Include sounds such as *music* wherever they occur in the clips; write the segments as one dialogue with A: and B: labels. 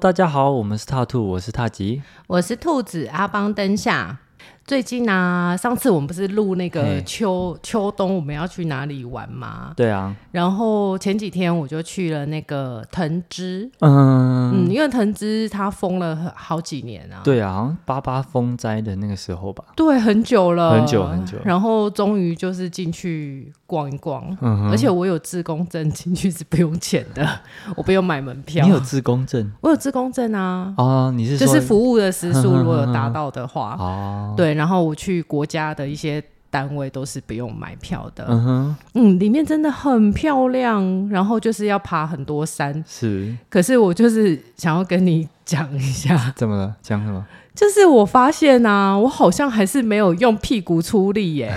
A: 大家好，我们是踏兔，我是踏吉。
B: 我是兔子阿邦灯下。最近呢、啊，上次我们不是录那个
A: 嘿
B: 秋秋冬我们要去哪里玩吗？
A: 对啊，
B: 然后前几天我就去了那个藤枝，
A: 嗯，
B: 嗯，因为藤枝它封了很好几年啊，
A: 对啊，好像八八风灾的那个时候吧。
B: 对，很久了，
A: 很久很久
B: 然后终于就是进去逛一逛，
A: 嗯哼，
B: 而且我有自工证，进去是不用钱的， *laughs* 我不用买门票。
A: 你有自公证
B: 我有自工证啊，
A: 啊？你是
B: 就
A: 说
B: 是服务的时
A: *laughs* 嗯
B: 数
A: 哼
B: 如果有达
A: 嗯哼
B: 到的话，
A: 哦，
B: 对，然后我去国家的一些单位都是不用买票的。嗯
A: 嗯哼，
B: 里面真的很漂亮，然后就是要爬很多山。
A: 是
B: 可是我就是想要跟你 *laughs* 讲一下，
A: 怎么了？讲什么？
B: 就是我发现啊，我好像还是没有用屁股出
A: *laughs*
B: 力耶、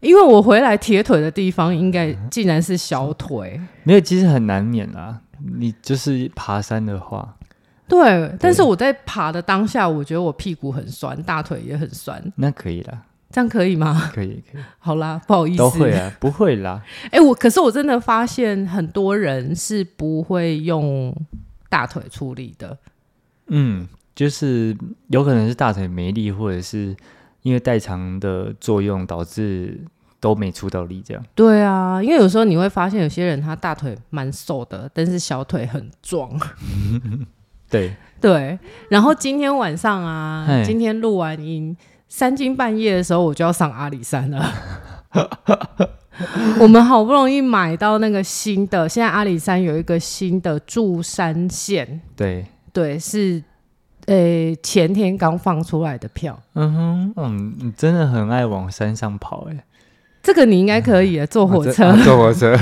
B: 因为我回来铁腿的地方应
A: 嗯
B: 该竟然是小腿。
A: 没有，其实很难免啦。你就是爬山的话，
B: 对，但是我在爬的当下，我觉得我屁股很酸，大腿也很酸，
A: 那可以啦，
B: 这样可以吗？ *laughs*
A: 可以可以，
B: 好啦，不好意思，
A: 都会啊，不会啦。
B: 哎、我可是我真的发现很多人是不会用大腿出力的。
A: 嗯，就是有可能是大腿没力，或者是因为代偿的作用导致都没出到力这样。
B: 对啊，因为有时候你会发现有些人他大腿蛮瘦的，但是小腿很壮。 *laughs*
A: 对，
B: 对，然后今天晚上啊
A: 嘿，
B: 今天录完音三更半夜的时候，我就要上阿里山了。 *laughs* 我们好不容易买到那个新的，现在阿里山有一个新的驻山线，
A: 对，
B: 对，是呃、前天刚放出来的票。
A: 嗯哼，嗯，你真的很爱往山上跑哎、
B: 这个你应该可以的，坐火车。
A: 啊这啊坐火车，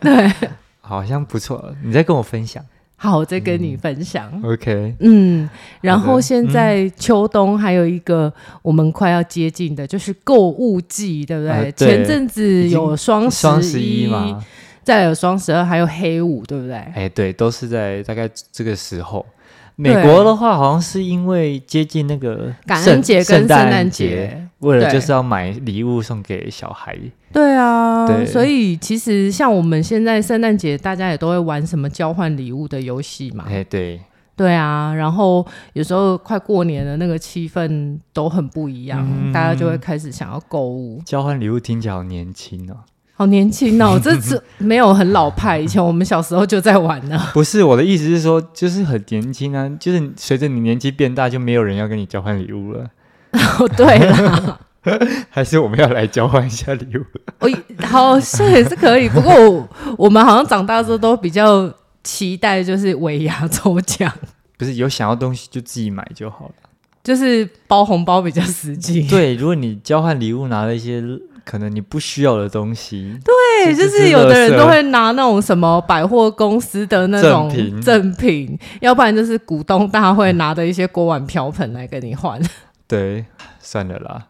A: 对， *laughs* 好像不错。你再跟我分享
B: *laughs* 好，我再跟你分享。
A: ，OK？
B: 嗯，然
A: 好
B: 后
A: 的
B: 现在秋冬还有一个我们快要接近的，就是购物季，对不对？
A: 啊对
B: 前阵子有双
A: 双
B: 十
A: 十一，嘛，
B: 再有双十二，还有黑五，对不对？
A: 哎，对，都是在大概这个时候。美国的话，好像是因为接近那个
B: 感
A: 圣
B: 恩节跟
A: 圣
B: 圣
A: 诞
B: 诞，节，
A: 为了就
B: 对
A: 是要买礼物送给小孩，
B: 对啊，
A: 对
B: 所以其实像我们现在圣诞节，大家也都会玩什么交换礼物的游戏嘛，
A: 哎，对，
B: 对啊，然后有时候快过年了，那个气氛都很不一样，
A: 嗯
B: 大家就会开始想要购物。
A: 交换礼物听起来好年轻哦。
B: 好年轻哦，这次没有很老派，以前我们小时候就在玩了。
A: 不是我的意思是说，就是很年轻啊，就是随着你年纪变大，就没有人要跟你交换礼物了。
B: *laughs* 哦，对啦， *laughs*
A: 还是我们要来交换一下礼物？
B: 我好像也是可以，不过我我们好像长大之后都比较期待就是尾牙抽奖，
A: *laughs* 不是有想要东西就自己买就好了。
B: 就是包红包比较实际。
A: 对，如果你交换礼物拿了一些可能你不需要的东西，
B: 对，
A: 这
B: 哎就
A: 这
B: 是有
A: 垃
B: 的
A: 圾
B: 人都会拿那种什么百货公司的那种
A: 啊赠品
B: 赠品，要不然就是股东大会拿的一些锅碗瓢盆来跟你换， *laughs*
A: 对，算了啦。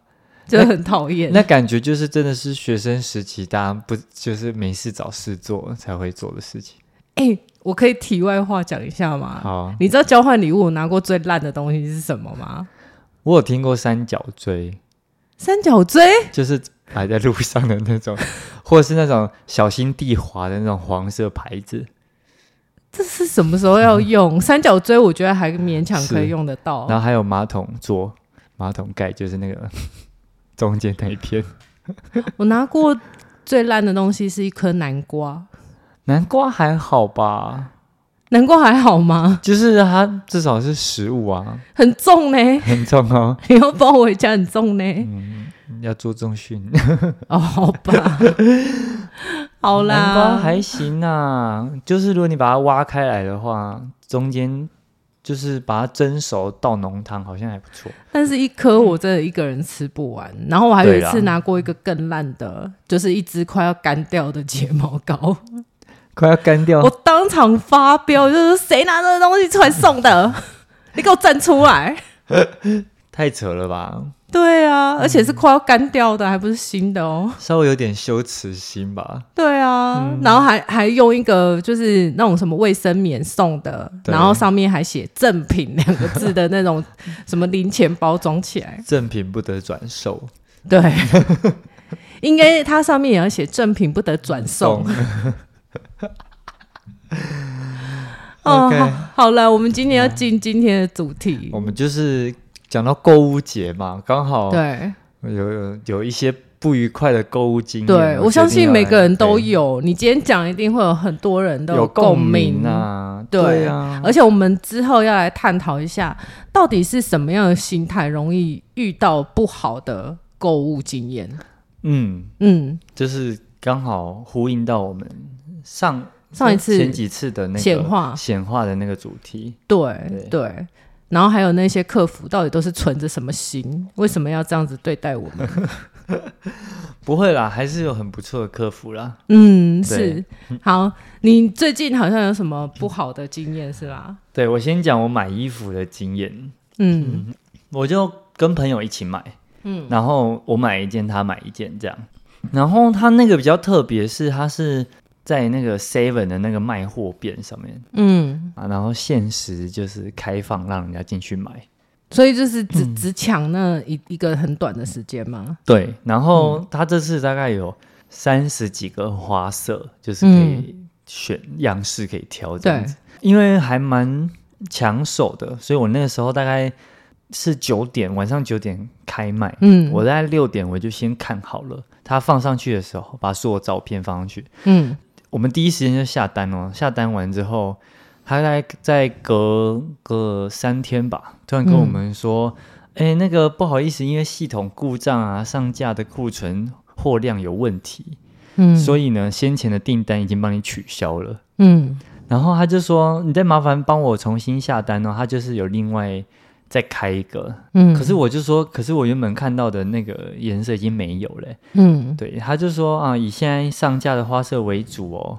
B: 就很讨厌。
A: 那感觉就是真的是学生时期，大家不就是没事找事做才会做的事情。
B: 哎、我可以题外话讲一下吗？
A: 好，
B: 你知道交换礼物我拿过最烂的东西是什么
A: *laughs*
B: 吗？
A: 我有听过三角锥，
B: 三角锥，
A: 就是摆在路上的那种， *laughs* 或者是那种小心地滑的那种黄色牌子。
B: 这是什么时候
A: *laughs*
B: 要用？三角锥我觉得还勉强可以用得到。
A: 然后还有马桶座、马桶盖，就是那个 *laughs* 中间那一片
B: 我拿过最烂的东西是一颗南瓜，
A: 南瓜还好吧？
B: 南瓜还好吗？
A: 就是它至少是食物啊， *laughs*
B: 很重呢， *laughs*
A: 很重哦，
B: 你要抱我回家很重呢。
A: 要做重训。
B: *laughs* 哦，好
A: *laughs*
B: 吧，好
A: 南瓜
B: 啦，
A: 还行啊，就是如果你把它挖开来的话，中间就是把它蒸熟倒浓汤，好像还不错。
B: 但是一颗我真的一个人吃不完。然后我还有一
A: 对啊
B: 次
A: 啦
B: 拿过一个更烂的，就是一支快要干掉的睫毛膏，
A: *laughs* 快要干掉
B: 我，当场发飙，就是谁拿这个东西出来送的？ *laughs* 你给我站出来！
A: 太扯了吧？
B: 对啊，而且是快要干掉的，还不是新的哦。
A: 稍微有点羞耻心吧。
B: 对啊，
A: 嗯
B: 然后还还用一个就是那种什么卫生棉送的，
A: 对
B: 然后上面还写“赠品”两个字的那种什么零钱包装起来。
A: 正品不得转售，
B: 对， *laughs* 应该它上面也要写“赠品不得转送
A: 懂”。
B: 哦
A: OK 嗯
B: 好好了，我们今天要进今天的主题
A: 我。们就是讲到购物节嘛，刚好
B: 对
A: 有有有一些不愉快的购物经验。
B: 对，我
A: 决
B: 相
A: 定
B: 信
A: 要
B: 每个
A: 来
B: 人都
A: 对
B: 有。你今天讲，一定会有很多人都
A: 有
B: 共
A: 鸣。啊，
B: 对
A: 对啊，
B: 而且我们之后要来探讨一下，到底是什么样的心态容易遇到不好的购物经验？
A: 嗯，
B: 嗯，
A: 就是刚好呼应到我们上
B: 上一次
A: 前几次的那个
B: 显化
A: 显化的那个主题。
B: 对
A: 对
B: 对。然后还有那些客服到底都是存着什么心？为什么要这样子对待我们？
A: 不会啦，还是有很不错的客服啦。
B: 嗯，是
A: 对。
B: 好，你最近好像有什么不好的经验是吧？
A: 对我先讲我买衣服的经验，
B: 嗯
A: 我就跟朋友一起买，
B: 嗯
A: 然后我买一件，他买一件这样。然后他那个比较特别，是他是在那个 Seven 的那个卖货店上面
B: 嗯，
A: 啊，然后限时就是开放让人家进去买。
B: 所以就是只
A: 嗯
B: 只抢那一一个很短的时间嘛。
A: 对，然后他这次大概有三十几个花色，就是可以选样式可以挑这样子，因为还蛮抢手的，所以我那个时候大概是九点晚上九点开卖，
B: 嗯，
A: 我大概六点我就先看好了，他放上去的时候把所有照片放上去，
B: 嗯
A: 我们第一时间就下单哦，下单完之后，他在在隔个三天吧，突然跟我们
B: 嗯
A: 说，哎、那个不好意思，因为系统故障啊，上架的库存货量有问题，
B: 嗯
A: 所以呢，先前的订单已经帮你取消了。
B: 嗯
A: 然后他就说，你再麻烦帮我重新下单哦，他就是有另外再开一个。
B: 嗯，
A: 可是我就说，可是我原本看到的那个颜色已经没有了欸、
B: 嗯
A: 对，他就说啊，以现在上架的花色为主哦。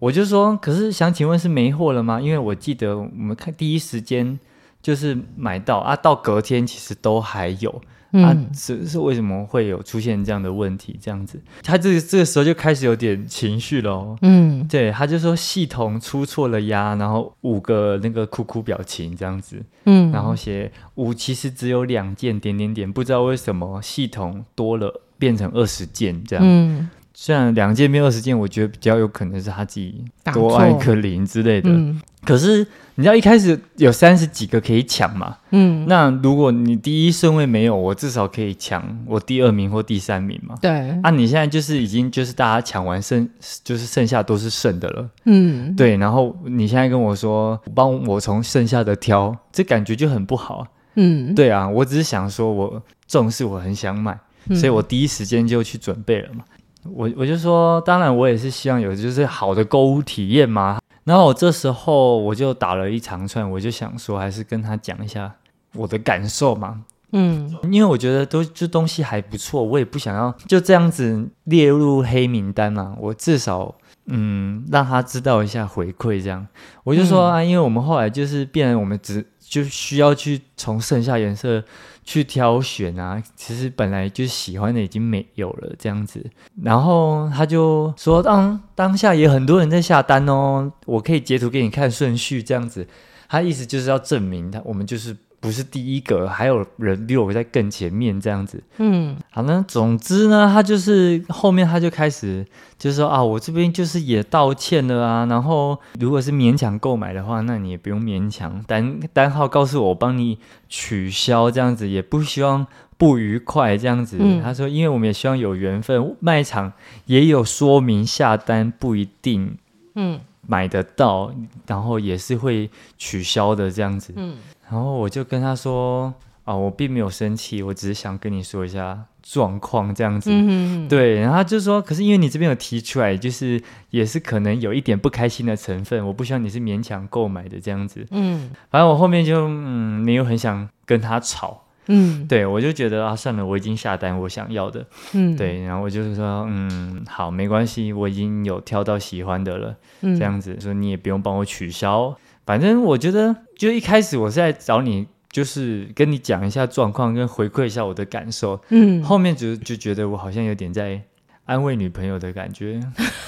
A: 我就说，可是想请问是没货了吗？因为我记得我们看第一时间就是买到啊，到隔天其实都还有、啊
B: 嗯，
A: 是是为什么会有出现这样的问题？这样子，他这这个时候就开始有点情绪了哦。
B: 嗯
A: 对，他就说系统出错了呀，然后五个那个哭哭表情这样子，
B: 嗯，
A: 然后写五其实只有两件点点点，不知道为什么系统多了变成二十件这样。
B: 嗯
A: 虽然两件变二十件，我觉得比较有可能是他自己
B: 打
A: 多
B: 错
A: 按一个零之类的。
B: 嗯
A: 可是你知道一开始有三十几个可以抢嘛？
B: 嗯，
A: 那如果你第一顺位没有，我至少可以抢我第二名或第三名嘛？
B: 对，
A: 啊，你现在就是已经就是大家抢完剩就是剩下都是剩的了，
B: 嗯，
A: 对。然后你现在跟我说帮我从剩下的挑，这感觉就很不好啊。
B: 嗯，
A: 对啊，我只是想说我重视，我很想买。
B: 嗯，
A: 所以我第一时间就去准备了嘛。我我就说，当然我也是希望有就是好的购物体验嘛。然后我这时候我就打了一长串，我就想说还是跟他讲一下我的感受嘛，
B: 嗯
A: 因为我觉得都这东西还不错，我也不想要就这样子列入黑名单嘛。我至少嗯让他知道一下回馈这样。我就说、
B: 嗯
A: 啊，因为我们后来就是变成我们只就需要去从剩下颜色去挑选啊，其实本来就喜欢的已经没有了这样子。然后他就说，当当下也很多人在下单哦，我可以截图给你看顺序这样子。他意思就是要证明他我们就是不是第一个，还有人比我在更前面这样子。
B: 嗯
A: 好呢，总之呢，他就是后面他就开始就是说啊，我这边就是也道歉了啊，然后如果是勉强购买的话，那你也不用勉强单单号告诉我，我帮你取消这样子，也不希望不愉快这样子。
B: 嗯
A: 他说，因为我们也希望有缘分，卖场也有说明下单不一定
B: 嗯
A: 买得到，然后也是会取消的这样子。
B: 嗯
A: 然后我就跟他说啊，我并没有生气，我只是想跟你说一下状况这样子。
B: 嗯，
A: 对，然后他就说，可是因为你这边有提出来，就是也是可能有一点不开心的成分，我不希望你是勉强购买的这样子。
B: 嗯
A: 反正我后面就嗯，没有很想跟他吵，
B: 嗯
A: 对我就觉得啊，算了，我已经下单我想要的，
B: 嗯，，
A: 对，然后我就是说嗯，好，没关系，我已经有挑到喜欢的了。
B: 这
A: 这，样子，说你也不用帮我取消。反正我觉得，就一开始我是在找你，就是跟你讲一下状况，跟回馈一下我的感受。
B: 嗯，
A: 后面就就觉得我好像有点在安慰女朋友的感觉。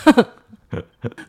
A: *laughs*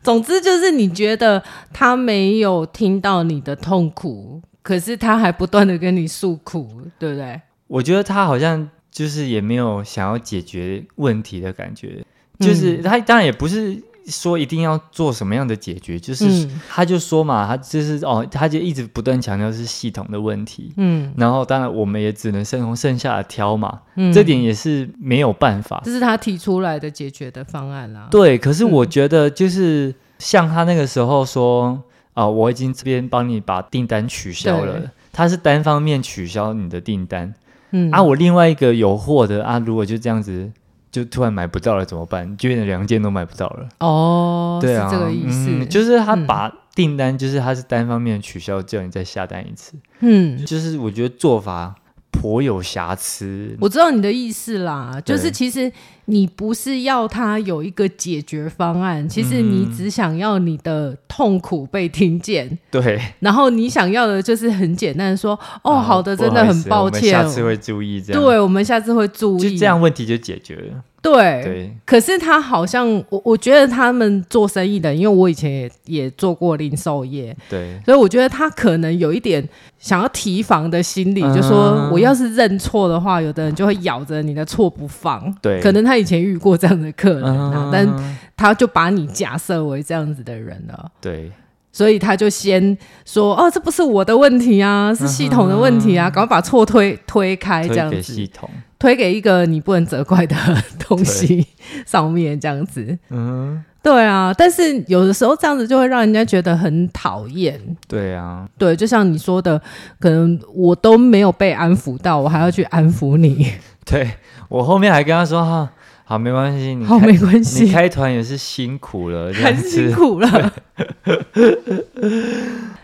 B: 总之就是你觉得他没有听到你的痛苦，可是他还不断的跟你诉苦，对不对？
A: 我觉得他好像
B: 嗯
A: 就是也没有想要解决问题的感觉，就是他当然也不是说一定要做什么样的解决，就是、
B: 嗯
A: 他就说嘛，他就是哦，他就一直不断强调是系统的问题。
B: 嗯
A: 然后，当然我们也只能从剩下的挑嘛，
B: 嗯，
A: 这点也是没有办法。
B: 这是他提出来的解决的方案啦。
A: 对，可是我
B: 嗯
A: 觉得就是像他那个时候说啊、我已经这边帮你把订单取消
B: 对
A: 了，他是单方面取消你的订单、
B: 嗯
A: 啊，我另外一个有货的啊，如果就这样子就突然买不到了怎么办？就变成两件都买不到了，
B: 哦，
A: 对啊，
B: 是这个意思，
A: 嗯就是他
B: 嗯
A: 把订单就是他是单方面取消，叫你再下单一次，
B: 嗯。
A: 就是我觉得做法颇有瑕疵，
B: 我知道你的意思啦，
A: 对
B: 就是其实你不是要他有一个解决方案，其实你只
A: 嗯
B: 想要你的痛苦被听见，
A: 对，
B: 然后你想要的就是很简单地说，哦，
A: 啊
B: 好的，
A: 不
B: 真的
A: 好意
B: 很
A: 思
B: 抱
A: 我们
B: 歉，
A: 下次会注意这样，
B: 对，我们下次会注
A: 就
B: 意，哎
A: 这样问题就解决了，
B: 对。
A: 对。
B: 可是他好像，我我觉得他们做生意的，因为我以前也也做过零售业，
A: 对，
B: 所以我觉得他可能有一点想要提防的心理，
A: 嗯
B: 就说我要是认错的话，有的人就会咬着你的错不放。
A: 对
B: 可能他以前遇过这样的客人啊，但
A: 嗯
B: 他就把你假设为这样子的人了。
A: 对
B: 所以他就先说：“哦，这不是我的问题啊，是系统的问题
A: 嗯
B: 啊，赶快把错推推开，这
A: 推
B: 样
A: 给
B: 子
A: 系统，
B: 推给一个你不能责怪的东西上面，这样子。
A: 嗯，
B: 对啊，但是有的时候这样子就会让人家觉得很讨厌。
A: 对啊，
B: 对，就像你说的，可能我都没有被安抚到，我还要去安抚你。
A: 对我后面还跟他说哈、好没关系，
B: *laughs*
A: 你
B: 好，
A: 嗯开
B: 没关
A: 你
B: 系，
A: 开团也是辛苦了，这样
B: 很辛
A: 子，*laughs*
B: 苦了。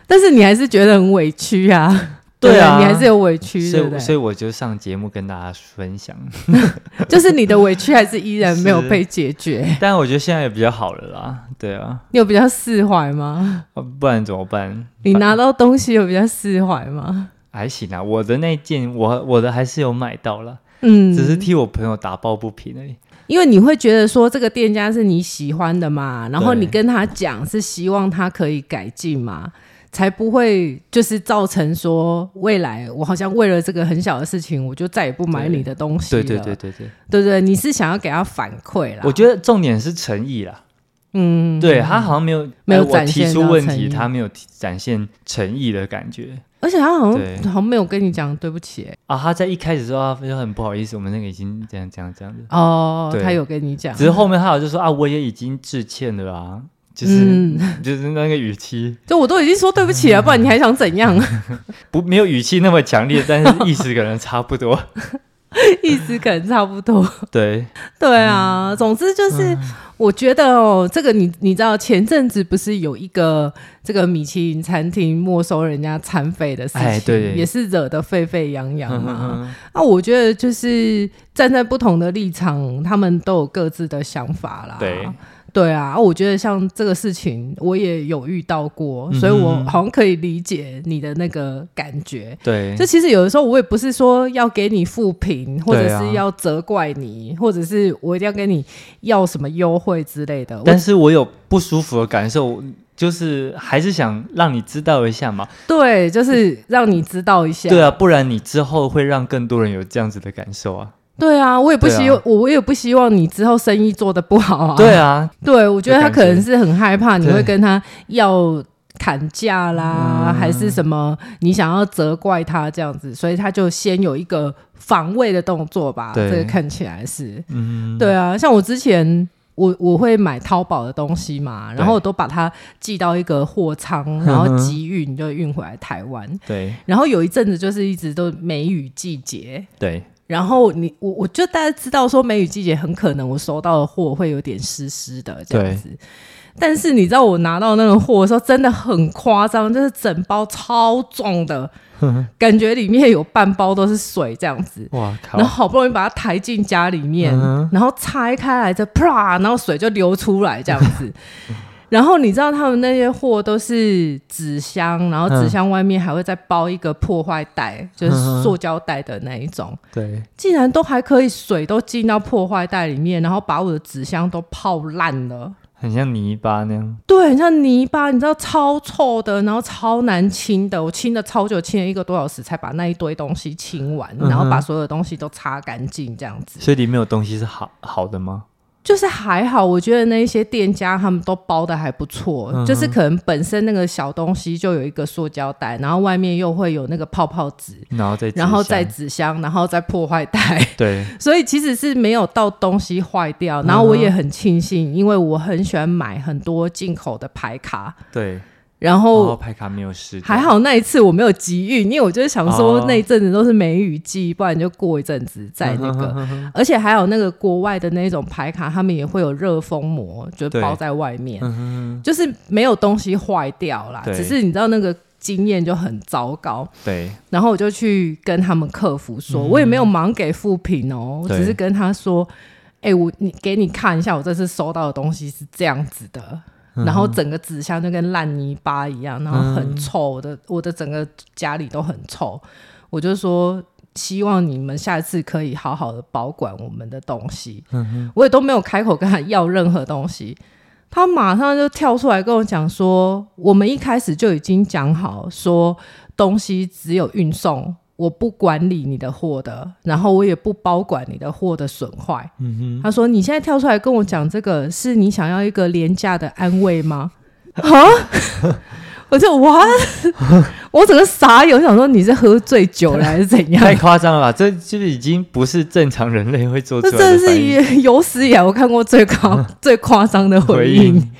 B: 但是你还是觉得很委屈啊。
A: 对啊
B: 你还是有委屈，
A: 所
B: 对不
A: 以所
B: 对？
A: 以我就上节目跟大家分享，
B: *laughs* 就是你的委屈还是依然没有
A: 是
B: 被解决。
A: 但我觉得现在也比较好了啦，对啊，
B: 你有比较释怀吗？
A: 啊不然怎么办？
B: 你拿到东西有比较释怀吗？
A: 还行啊，我的那件我我的还是有买到了，
B: 嗯，
A: 只是替我朋友打抱不平而已，
B: 因为你会觉得说这个店家是你喜欢的嘛，然后
A: 对
B: 你跟他讲是希望他可以改进嘛，才不会就是造成说未来我好像为了这个很小的事情，我就再也不买你的东西
A: 对
B: 了。
A: 对对对对，
B: 对对，你是想要给他反馈啦。
A: 我觉得重点是诚意啦。
B: 嗯，
A: 对他好像没有
B: 没有
A: 哎我
B: 展
A: 提
B: 现
A: 出
B: 到
A: 问
B: 诚
A: 题，
B: 意
A: 他没有提展现诚意的感觉
B: 而且他好
A: 对
B: 像好像没有跟你讲对不起、欸
A: 啊。他在一开始说啊，就很不好意思，我们那个已经这样这样这样的，
B: 哦，
A: 对
B: 他有跟你讲，
A: 只是后面他好像就说啊，我也已经致歉了啊，就是、
B: 嗯
A: *laughs* 就是那个语气
B: 就我都已经说对不起
A: 嗯
B: 了，不然你还想怎样？ *laughs*
A: 不没有语气那么强烈，但是意思可能差不多。
B: *laughs* 意思可能差不多。
A: 对，
B: 对
A: 嗯
B: 啊，总之就是，我觉得哦，这个你你知道，前阵子不是有一个这个米其林餐厅没收人家餐费的事情，
A: 哎对
B: 也是惹得沸沸扬扬嘛。
A: 嗯
B: 啊，我觉得就是站在不同的立场，他们都有各自的想法啦。
A: 对，
B: 对啊，啊我觉得像这个事情，我也有遇到过，所以
A: 嗯
B: 我
A: 哼
B: 好像可以理解你的那个感觉。
A: 对，
B: 就其实有的时候，我也不是说要给你负评，或者
A: 对啊
B: 是要责怪你，或者是我一定要跟你要什么优惠之类的。
A: 但
B: 我
A: 是我有不舒服的感受，就是还是想让你知道一下嘛。
B: 对，就是让你知道一下。
A: 对啊，不然你之后会让更多人有这样子的感受啊。
B: 对啊，我也不
A: 对啊
B: 希望，我我也不希望你之后生意做得不好啊。
A: 对啊，
B: 对，我觉得他可能是很害怕你
A: 对
B: 会跟他要砍价啦，还是什么，你想要责怪他这样子，所以他就先有一个防卫的动作吧。
A: 对
B: 这个看起来是，
A: 嗯，
B: 对啊，像我之前。我我会买淘宝的东西嘛，然后我都把它寄到一个
A: *laughs*
B: 货仓，然后集运就运回来台湾。
A: 对
B: 然后有一阵子就是一直都梅雨季节，
A: 对，
B: 然后你我我就大家知道说梅雨季节很可能我收到的货会有点湿湿的这样子，但是你知道我拿到那个货的时候真的很夸张，就是整包超重的，感觉里面有半包都是水这样子。
A: 哇靠
B: 然后！好不容易把它抬进家里面，
A: 嗯
B: 然后拆开来，再啪，然后水就流出来这样子。然后你知道他们那些货都是纸箱，然后纸箱外面还会再包一个破坏袋，就是塑胶袋的那一种。
A: 对，
B: 竟然都还可以水都进到破坏袋里面，然后把我的纸箱都泡烂了。
A: 很像泥巴那样。
B: 对，很像泥巴，你知道超臭的，然后超难清的。我清了超久，清了一个多小时才把那一堆东西嗯清完，然后把所有的东西都擦干净，这样子。
A: 所以里面有东西是好好的吗？
B: 就是还好，我觉得那一些店家他们都包的还不错，
A: 嗯哼
B: 就是可能本身那个小东西就有一个塑胶袋，然后外面又会有那个泡泡纸，
A: 然后再
B: 然后再
A: 纸
B: 纸箱，然后再破坏袋，
A: 箱对，
B: 所以其实是没有到东西坏掉。
A: 嗯
B: 然后我也很庆幸，因为我很喜欢买很多进口的牌卡，
A: 哦对，
B: 然
A: 然后
B: 后
A: 牌卡没有湿，
B: 还，好那一次我没有急运，因为我就是想说
A: 哦
B: 那一阵子都是梅雨季，不然就过一阵子再那
A: 嗯
B: 个。而且还有那个国外的那种牌卡，他们也会有热封膜，就
A: 对嗯
B: 包在外面，就是没有东西坏掉啦。
A: 对
B: 只是你知道那个经验就很糟糕。
A: 对，
B: 然后我就去跟他们客服说，我也没有忙给复评哦，我
A: 对
B: 只是跟他说，哎、我你给你看一下，我这次收到的东西是这样子的。然后整个纸箱就跟烂泥巴一样，然后很臭，我的我的整个家里都很臭。我就说，希望你们下次可以好好的保管我们的东西。
A: 嗯
B: 我也都没有开口跟他要任何东西，他马上就跳出来跟我讲说，我们一开始就已经讲好说东西只有运送，我不管理你的货的，然后我也不包管你的货的损坏。
A: 嗯
B: 他说你现在跳出来跟我讲这个，是你想要一个廉价的安慰吗？啊！我就哇， *laughs* 我整个傻眼，我想说你是喝醉酒了还是怎
A: 哼，
B: 样
A: 太？夸张了吧？这就是已经不是正常人类会做出来
B: 这真
A: 的
B: 的
A: 反
B: 是
A: 应
B: 有有史以来我看过最夸最夸张的回
A: 回嗯
B: 应。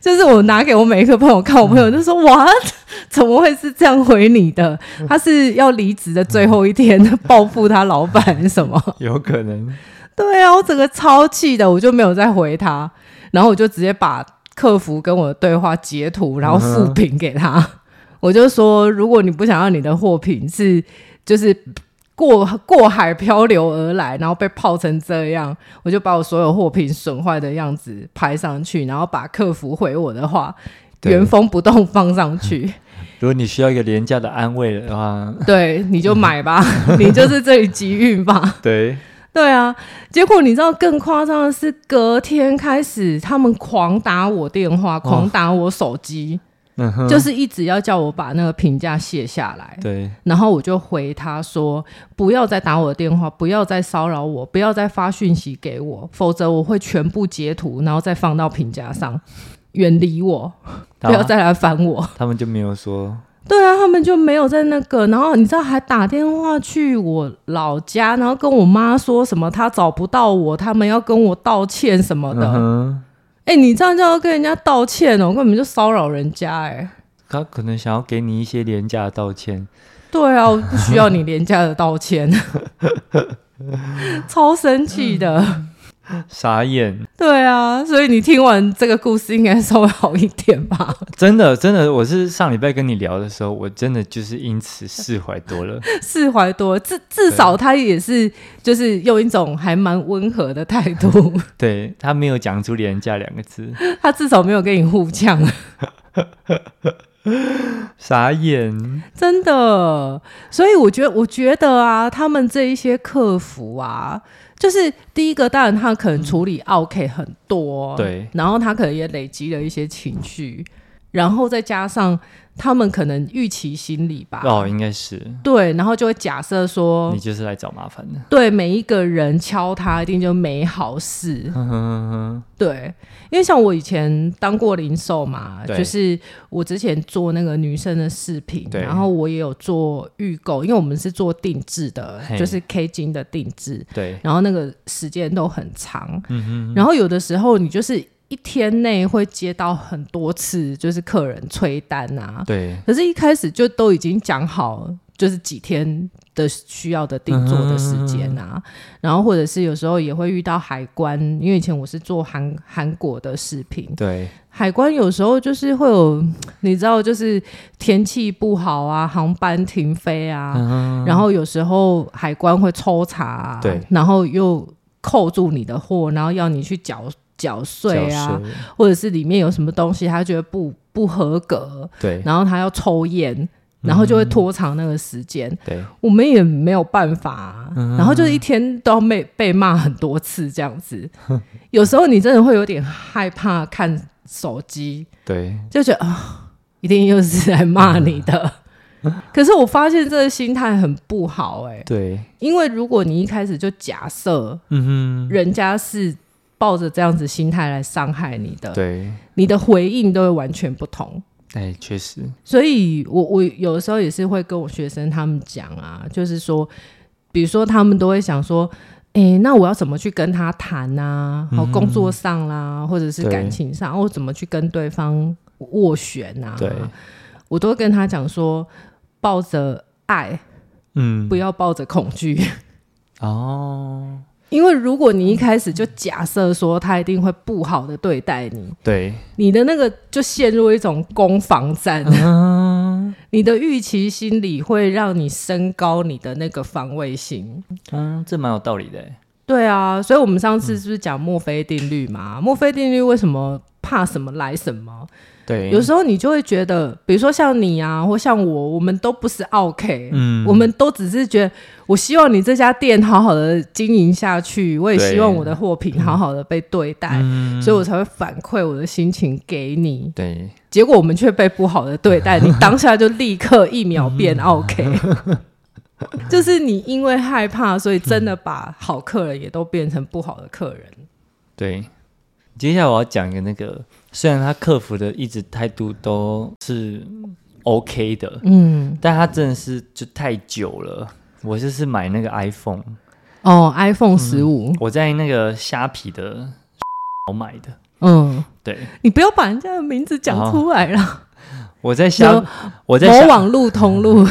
B: 就是我拿给我每一个朋友看，我朋友就说：“哇， *laughs* 怎么会是这样回你的？他是要离职的最后一天报复他老板什么
A: 有可能，？”
B: 对啊，我整个超气的，我就没有再回他，然后我就直接把客服跟我的对话截图，然后复评给他。我就说，如果你不想要你的货品是就是过过海漂流而来，然后被泡成这样，我就把我所有货品损坏的样子拍上去，然后把客服回我的话
A: 对
B: 原封不动放上去。
A: 如果你需要一个廉价的安慰的话，
B: 对，你就买吧，你就是这里集运吧。
A: 对，
B: 对啊，结果你知道更夸张的是，隔天开始他们狂打我电话，狂打我手机，
A: 嗯哼，
B: 就是一直要叫我把那个评价卸下来。
A: 对，
B: 然后我就回他说：“不要再打我的电话，不要再骚扰我，不要再发讯息给我，否则我会全部截图，然后再放到评价上，远离我，不要
A: 然后
B: 再来烦我。
A: 他们就没有说，”
B: 对啊，他们就没有在那个，然后你知道还打电话去我老家，然后跟我妈说什么他找不到我，他们要跟我道歉什么的。
A: 嗯哼，
B: 哎、你这样就要跟人家道歉哦，根本就骚扰人家哎、
A: 他可能想要给你一些廉价的道歉，
B: 对啊，我不需要你廉价的
A: *laughs*
B: 道歉，超生气的。
A: 傻眼，
B: 对啊，所以你听完这个故事应该稍微好一点吧？ *laughs*
A: 真的，真的，我是上礼拜跟你聊的时候，我真的就是因此释怀多
B: *laughs*
A: 了，
B: 释怀多了，至至少他也是就是用一种还蛮温和的态度，
A: 对他没有讲出廉价两个字，
B: *laughs* 他至少没有跟你互呛， *laughs*
A: 傻眼，
B: 真的。所以我觉得，我觉得啊，他们这一些客服啊。就是第一个，当然他可能处理 OK 很多，
A: 对，
B: 然后他可能也累积了一些情绪，然后再加上他们可能预期心理吧，
A: 哦，应该是
B: 对，然后就会假设说
A: 你，就是来找麻烦的，
B: 对每一个人敲他一定就没好事，
A: 哼哼
B: *laughs*
A: 哼
B: 对，因为像我以前当过零售嘛，
A: 对
B: 就是我之前做那个女生的饰品，
A: 对
B: 然后我也有做预购，因为我们是做定制的，
A: 嘿
B: 就是 K 金的定制，
A: 对，
B: 然后那个时间都很长，
A: 嗯
B: 然后有的时候你就是一天内会接到很多次，就是客人催单啊，
A: 对，
B: 可是一开始就都已经讲好，就是几天的需要的定做的时间
A: 嗯
B: 啊，然后或者是有时候也会遇到海关，因为以前我是做韩韩国的视频，
A: 对，
B: 海关有时候就是会有，你知道，就是天气不好啊，航班停飞啊，
A: 嗯
B: 然后有时候海关会抽查、啊，
A: 对
B: 然后又扣住你的货，然后要你去缴缴税
A: 交
B: 啊，
A: 税
B: 或者是里面有什么东西他觉得不不合格，
A: 对，
B: 然后他要抽验。然后就会拖长那个时间，
A: 对，
B: 我们也没有办法、啊。
A: 嗯
B: 然后就是一天都要被被骂很多次这样子，有时候你真的会有点害怕看手机，
A: 对，
B: 就觉得啊、一定又是来骂你的。
A: 嗯
B: 可是我发现这个心态很不好哎、
A: 对，
B: 因为如果你一开始就假设
A: 嗯哼，
B: 人家是抱着这样子心态来伤害你的，
A: 对，
B: 你的回应都会完全不同。
A: 哎，确实，
B: 所以我我有的时候也是会跟我学生他们讲啊，就是说，比如说他们都会想说，诶，那我要怎么去跟他谈啊？好，工作上啦，或者是
A: 嗯对
B: 感情上，哦我怎么去跟对方斡旋啊？
A: 对，
B: 我都会跟他讲说，抱着爱，
A: 嗯，
B: 不要抱着恐惧。
A: 哦，
B: *laughs* 因为如果你一开始就假设说他一定会不好的对待你，
A: 对，
B: 你的那个就陷入一种攻防战，
A: 嗯，
B: 你的预期心理会让你升高你的那个防卫心。
A: *laughs* 嗯，这蛮有道理的欸，
B: 对啊，所以我们上次是不是讲墨菲定律嘛？墨菲定律为什么怕什么来什么？
A: 对，
B: 有时候你就会觉得，比如说像你啊，或像我，我们都不是 OK，、
A: 嗯，
B: 我们都只是觉得，我希望你这家店好好的经营下去，我也
A: 对
B: 希望我的货品好好的被对待，所以我才会反馈我的心情给你。
A: 对，
B: 结果我们却被不好的对待，你当下就立刻一秒
A: *laughs*
B: 变 OK，就是你因为害怕，所以真的把好客人也都变成不好的客人。
A: 对，接下来我要讲一个那个，虽然他客服的一直态度都是 OK 的，
B: 嗯，
A: 但他真的是就太久了。我就是买那个 iPhone，
B: 哦，iPhone
A: 嗯
B: 十五，
A: 我在那个虾皮的 *laughs* 我买的，
B: 嗯，
A: 对，
B: 你不要把人家的名字讲出来了，
A: 我在
B: 什
A: 虾
B: 么，
A: 我在
B: 某
A: 虾，
B: 网路
A: *laughs*
B: 通路，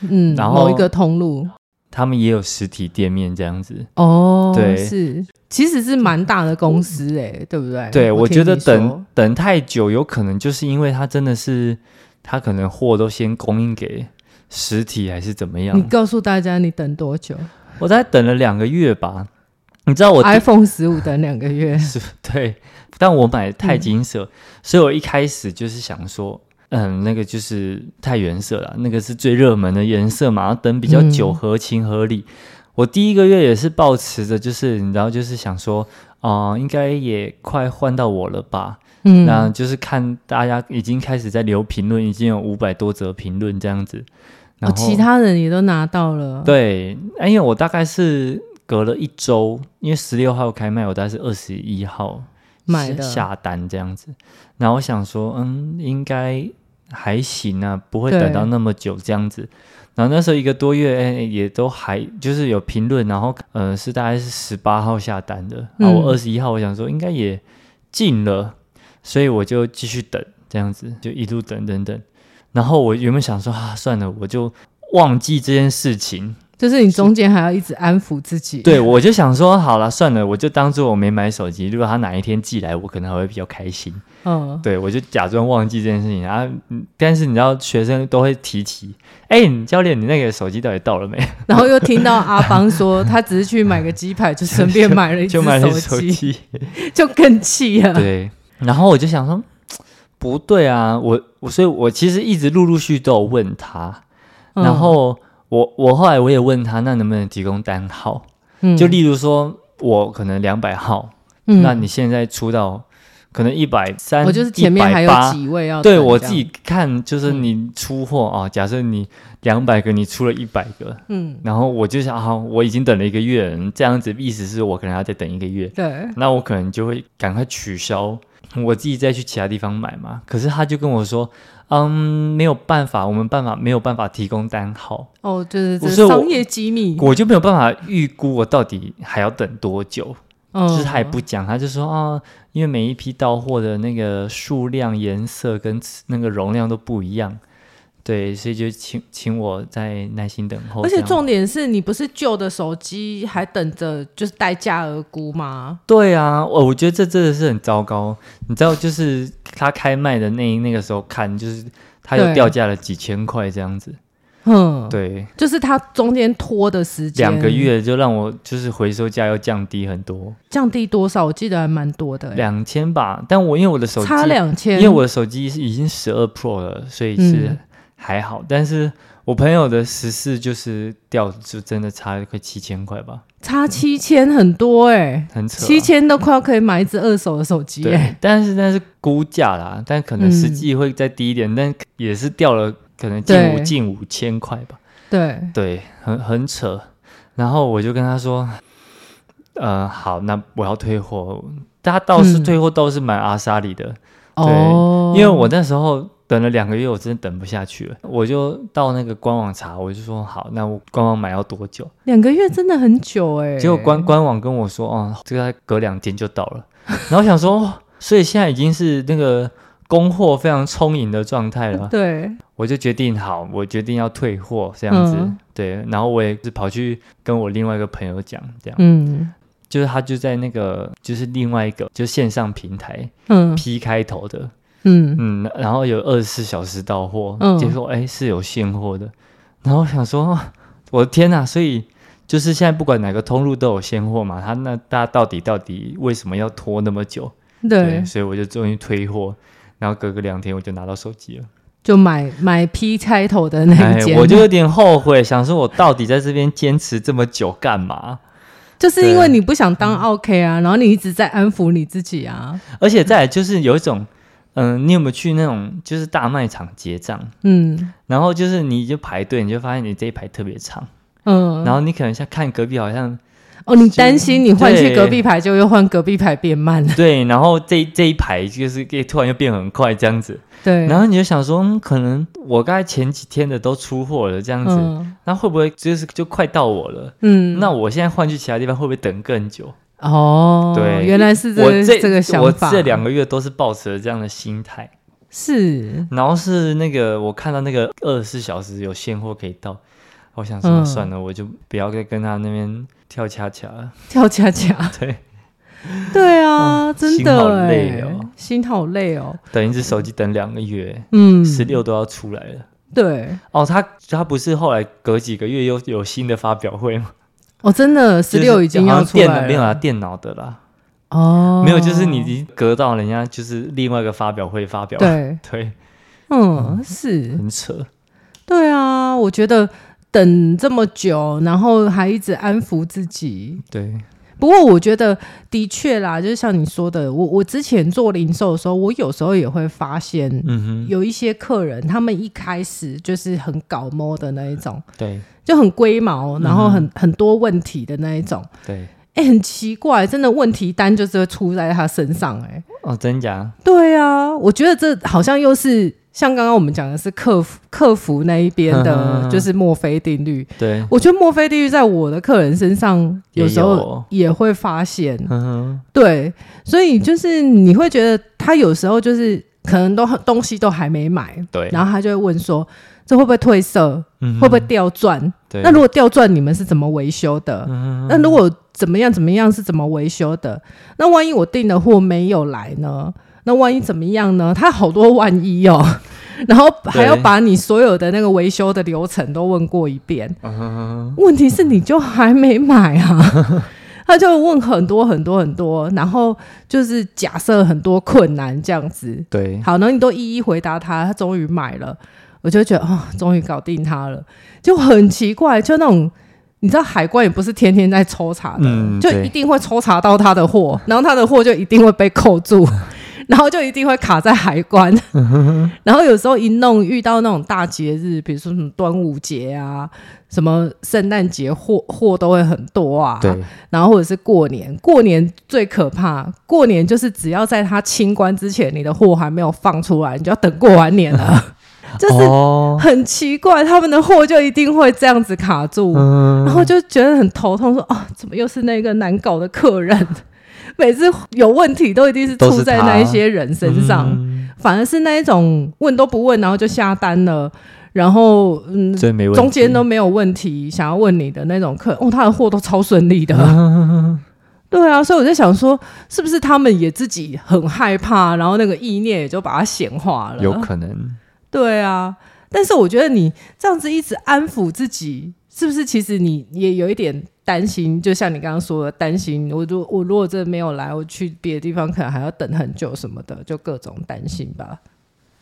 B: 嗯，
A: 然后
B: 某一个通路。
A: 他们也有实体店面这样子。
B: 哦，
A: 对
B: 是，其实是蛮大的公司哎、对不对？
A: 对，我觉
B: 听
A: 得
B: 你说
A: 等等太久，有可能就是因为他真的是，他可能货都先供应给实体还是怎么
B: 你
A: 样？
B: 告诉大家你等多久
A: 我大概等了两个月吧。你知道我第
B: ？iPhone 十五等两个月，
A: *laughs* 是对，但我买钛
B: 嗯
A: 金色，所以我一开始就是想说，嗯，那个就是钛原色啦，那个是最热门的颜色嘛，要等比较久，
B: 嗯
A: 合情合理。我第一个月也是抱持着，就是你知道，就是想说，啊、应该也快换到我了吧？
B: 嗯，
A: 那就是看大家已经开始在留评论，已经有五百多则评论这样子。然
B: 哦，
A: 后、
B: 其他人也都拿到了，，
A: 对，哎因为我大概是隔了一周，因为十六号开卖，我大概是二十一号
B: 买的
A: 下单这样子。然后我想说，嗯，应该还行啊，不会
B: 对
A: 等到那么久这样子。然后那时候一个多月，哎、也都还就是有评论，然后呃是大概是十八号下单的，然
B: 嗯
A: 后我二十一号，我想说应该也进了，所以我就继续等这样子，就一路等等等。然后我原本想说啊，算了，我就忘记这件事情，
B: 就是你中间还要一直安抚自己，，
A: 对，我就想说，好了，算了，我就当做我没买手机。如果他哪一天寄来，我可能还会比较开心。
B: 嗯，
A: 对，我就假装忘记这件事情啊。嗯但是你知道，学生都会提起，哎、你教练，你那个手机到底到了没？
B: 然后又听到阿邦说他只是去买个鸡排，就顺便买了一只
A: *laughs* 就买了
B: 手
A: 手
B: 机， *laughs*
A: 机。
B: 就更气了，
A: 对，然后我就想说，不对啊，我我所以，我其实一直陆陆续续都有问他，
B: 嗯
A: 然后我我后来我也问他，那能不能提供单号？就例如说，我可能两百号，
B: 嗯
A: 那你现在出到可能一百三，
B: 我就是前面还有
A: 180
B: 几位要
A: 对
B: 等
A: 我
B: 这
A: 自
B: 样嗯
A: 己，看，就是你出货啊、假设你两百个，你出了一百个，
B: 嗯，
A: 然后我就想，好、我已经等了一个月了，这样子意思是我可能还要再等一个月，
B: 对，
A: 那我可能就会赶快取消，我自己再去其他地方买嘛。可是他就跟我说，嗯，没有办法，我们办法没有办法提供单号，
B: 哦，就是这
A: 所以我
B: 商业机密，
A: 我就没有办法预估我到底还要等多久。
B: 嗯，
A: 就是他也不讲，他就说啊，因为每一批到货的那个数量、颜色跟次那个容量都不一样，对，所以就请请我再耐心等候
B: 而
A: 这
B: 且
A: 样。
B: 重点是你不是旧的手机还等着就是待价而沽吗？
A: 对啊，我我觉得这真的是很糟糕。你知道，就是他开卖的那那个时候看，就是他又
B: 对
A: 掉价了几千块这样子，
B: 嗯，，
A: 对，
B: 就是它中间拖的时间
A: 两个，月就让我就是回收价要降低很多，
B: 降低多少？我记得还蛮多的、欸，
A: 两千吧。但我因为我的手机
B: 差两千，
A: 因为我的手机是已经十二 Pro 了，所以是
B: 嗯
A: 还好。但是我朋友的十四就是掉，就真的差了快七千块吧，
B: 差七千很多哎、
A: 很扯啊、
B: 七千都快要可以买一只二手的手机哎、
A: 对，但是但是估价啦，但可能
B: 嗯
A: 实际会再低一点，但也是掉了可能近五
B: 对
A: 近五千块吧。
B: 对，
A: 对，很很扯。然后我就跟他说，呃，好，那我要退货。他倒是
B: 嗯
A: 退货都是买阿莎里的，
B: 哦，
A: 因为我那时候等了两个月，我真的等不下去了，我就到那个官网查，我就说好，那我官网买要多久？
B: 两个月真的很久哎、
A: 结果官官网跟我说，哦，这个隔两天就到了。 *laughs* 然后我想说，哦所以现在已经是那个供货非常充盈的状态了，
B: *laughs* 对，
A: 我就决定好，我决定要退货这样子。
B: 嗯
A: 对，然后我也是跑去跟我另外一个朋友讲，这样、
B: 嗯
A: 就是他就在那个就是另外一个就是线上平台
B: 嗯
A: P 开头的，
B: 嗯，
A: 嗯，然后有二十四小时到货，
B: 嗯
A: 结果哎是有现货的，然后我想说，哇我的天呐，所以就是现在不管哪个通路都有现货嘛，他那大家到底到底为什么要拖那么久？
B: 对，
A: 所以我就终于退货，然后隔个两天我就拿到手
B: *laughs*
A: 机了，
B: 就买买 P 开头的那
A: 哎
B: 一间，，
A: 我就有点后悔，想说我到底在这边坚持这么久干嘛？
B: 就是因为你不想当 OK 啊，然后你一直在安抚你自己啊，
A: 而且再来就是有一种，嗯、你有没有去那种就是大卖场结账，
B: 嗯
A: 然后就是你就排队，你就发现你这一排特别长。
B: 嗯，
A: 然后你可能像看隔壁好像 *laughs*
B: 哦，你担心你换去
A: 对
B: 隔壁牌就又换隔壁牌变慢了，
A: 对，然后这这一排就是可以突然又变很快这样子，
B: 对，
A: 然后你就想说，嗯可能我刚才前几天的都出货了这样子，
B: 嗯
A: 那、会不会就是就快到我了？
B: 嗯，
A: 那我现在换去其他地方会不会等更久？
B: 哦，
A: 对
B: 原来是
A: 我
B: 这
A: 这
B: 这个想法，
A: 我这两个月都是抱持了这样的心态，
B: 是
A: 然后是那个我看到那个二十四小时有现货可以到，我想说、
B: 嗯
A: 算了，我就不要再跟他那边跳恰恰了， *laughs*
B: 跳恰恰，
A: 对，
B: 对啊，真
A: 心好
B: 的哎
A: 累哦，
B: 心好累哦，
A: 等一只手机等两个月，
B: 嗯，
A: 十六、都要出来了。
B: 对，
A: 哦，他他不是后来隔几个月又有新的发表会吗？
B: 哦，真的十六已经要
A: 就是
B: 出
A: 好像
B: 来
A: 电脑
B: 了
A: 没有啊，电脑的啦，
B: 哦，
A: 没有，就是你已经隔到人家就是另外一个发表会发表，
B: 对，
A: *laughs* 对，
B: 嗯，是
A: 很扯，
B: 对啊，我觉得等这么久，然后还一直安抚自己。
A: 对，
B: 不过我觉得的确啦，就是像你说的，我我之前做零售的时候，我有时候也会发现。
A: 嗯
B: 有一些客人，他们一开始就是很搞摸的那一种，
A: 哼，对
B: 就很龟毛，然后
A: 嗯哼
B: 很、很多问题的那一种。
A: 对，
B: 哎、很奇怪，真的问题单就是会出在他身上、哎，
A: 哦，真假，
B: 对啊，我觉得这好像又是像刚刚我们讲的是客服客服那一边
A: 嗯嗯
B: 的，
A: 嗯
B: 就是墨菲定律。
A: 对，
B: 我觉得墨菲定律在我的客人身上
A: 也
B: 有时
A: 有
B: 候也会发现，
A: 嗯哼，
B: 对，所以就是你会觉得他有时候就是可能都东西都还没买，
A: 对，
B: 然后他就会问说这会不会褪色，
A: 嗯哼
B: 会不会掉钻？
A: 对？
B: 那如果掉钻，你们是怎么维修的？那如果怎么样怎么样是怎么维修的？那万一我订的货没有来呢？那万一怎么样呢？它好多万一哦， *laughs* 然后还要把你所有的那个维修的流程都问过一遍。问题是你就还没买啊，他就问很多很多很多，然后就是假设很多困难这样子。
A: 对，
B: 好，然后你都一一回答他，他终于买了，我就觉得哦，终于搞定他了，就很奇怪，就那种。你知道海关也不是天天在抽查的，
A: 嗯
B: 就
A: 对
B: 一定会抽查到他的货，然后他的货就一定会被扣住， *laughs* 然后就一定会卡在海
A: *laughs*
B: 关。然后有时候一弄遇到那种大节日，比如说什么端午节啊，什么圣诞节，货货都会很多啊。
A: 对，
B: 然后或者是过年，过年最可怕，过年就是只要在他清关之前，你的货还没有放出来，你就要等过完年
A: *laughs*
B: 了，就是
A: 哦，
B: 很奇怪，他们的货就一定会这样子卡住，
A: 嗯
B: 然后就觉得很头痛说，哦，怎么又是那个难搞的客人？ *laughs* 每次有问题都一定是
A: 都
B: 出
A: 是
B: 在
A: 他
B: 那一些人身上，
A: 嗯
B: 反而是那一种问都不问，然后就下单了，然后嗯，
A: 真没问题，
B: 中间都没有问题，想要问你的那种客人，哦，他的货都超
A: *laughs*
B: 顺利的。对啊，所以我在想说，是不是他们也自己很害怕，然后那个意念也就把它显化了？
A: 有可能，
B: 对啊，但是我觉得你这样子一直安抚自己，是不是其实你也有一点担心？就像你刚刚说的，担心我如我如果真的没有来，我去别的地方可能还要等很久什么的，就各种担
A: *laughs*
B: 心吧。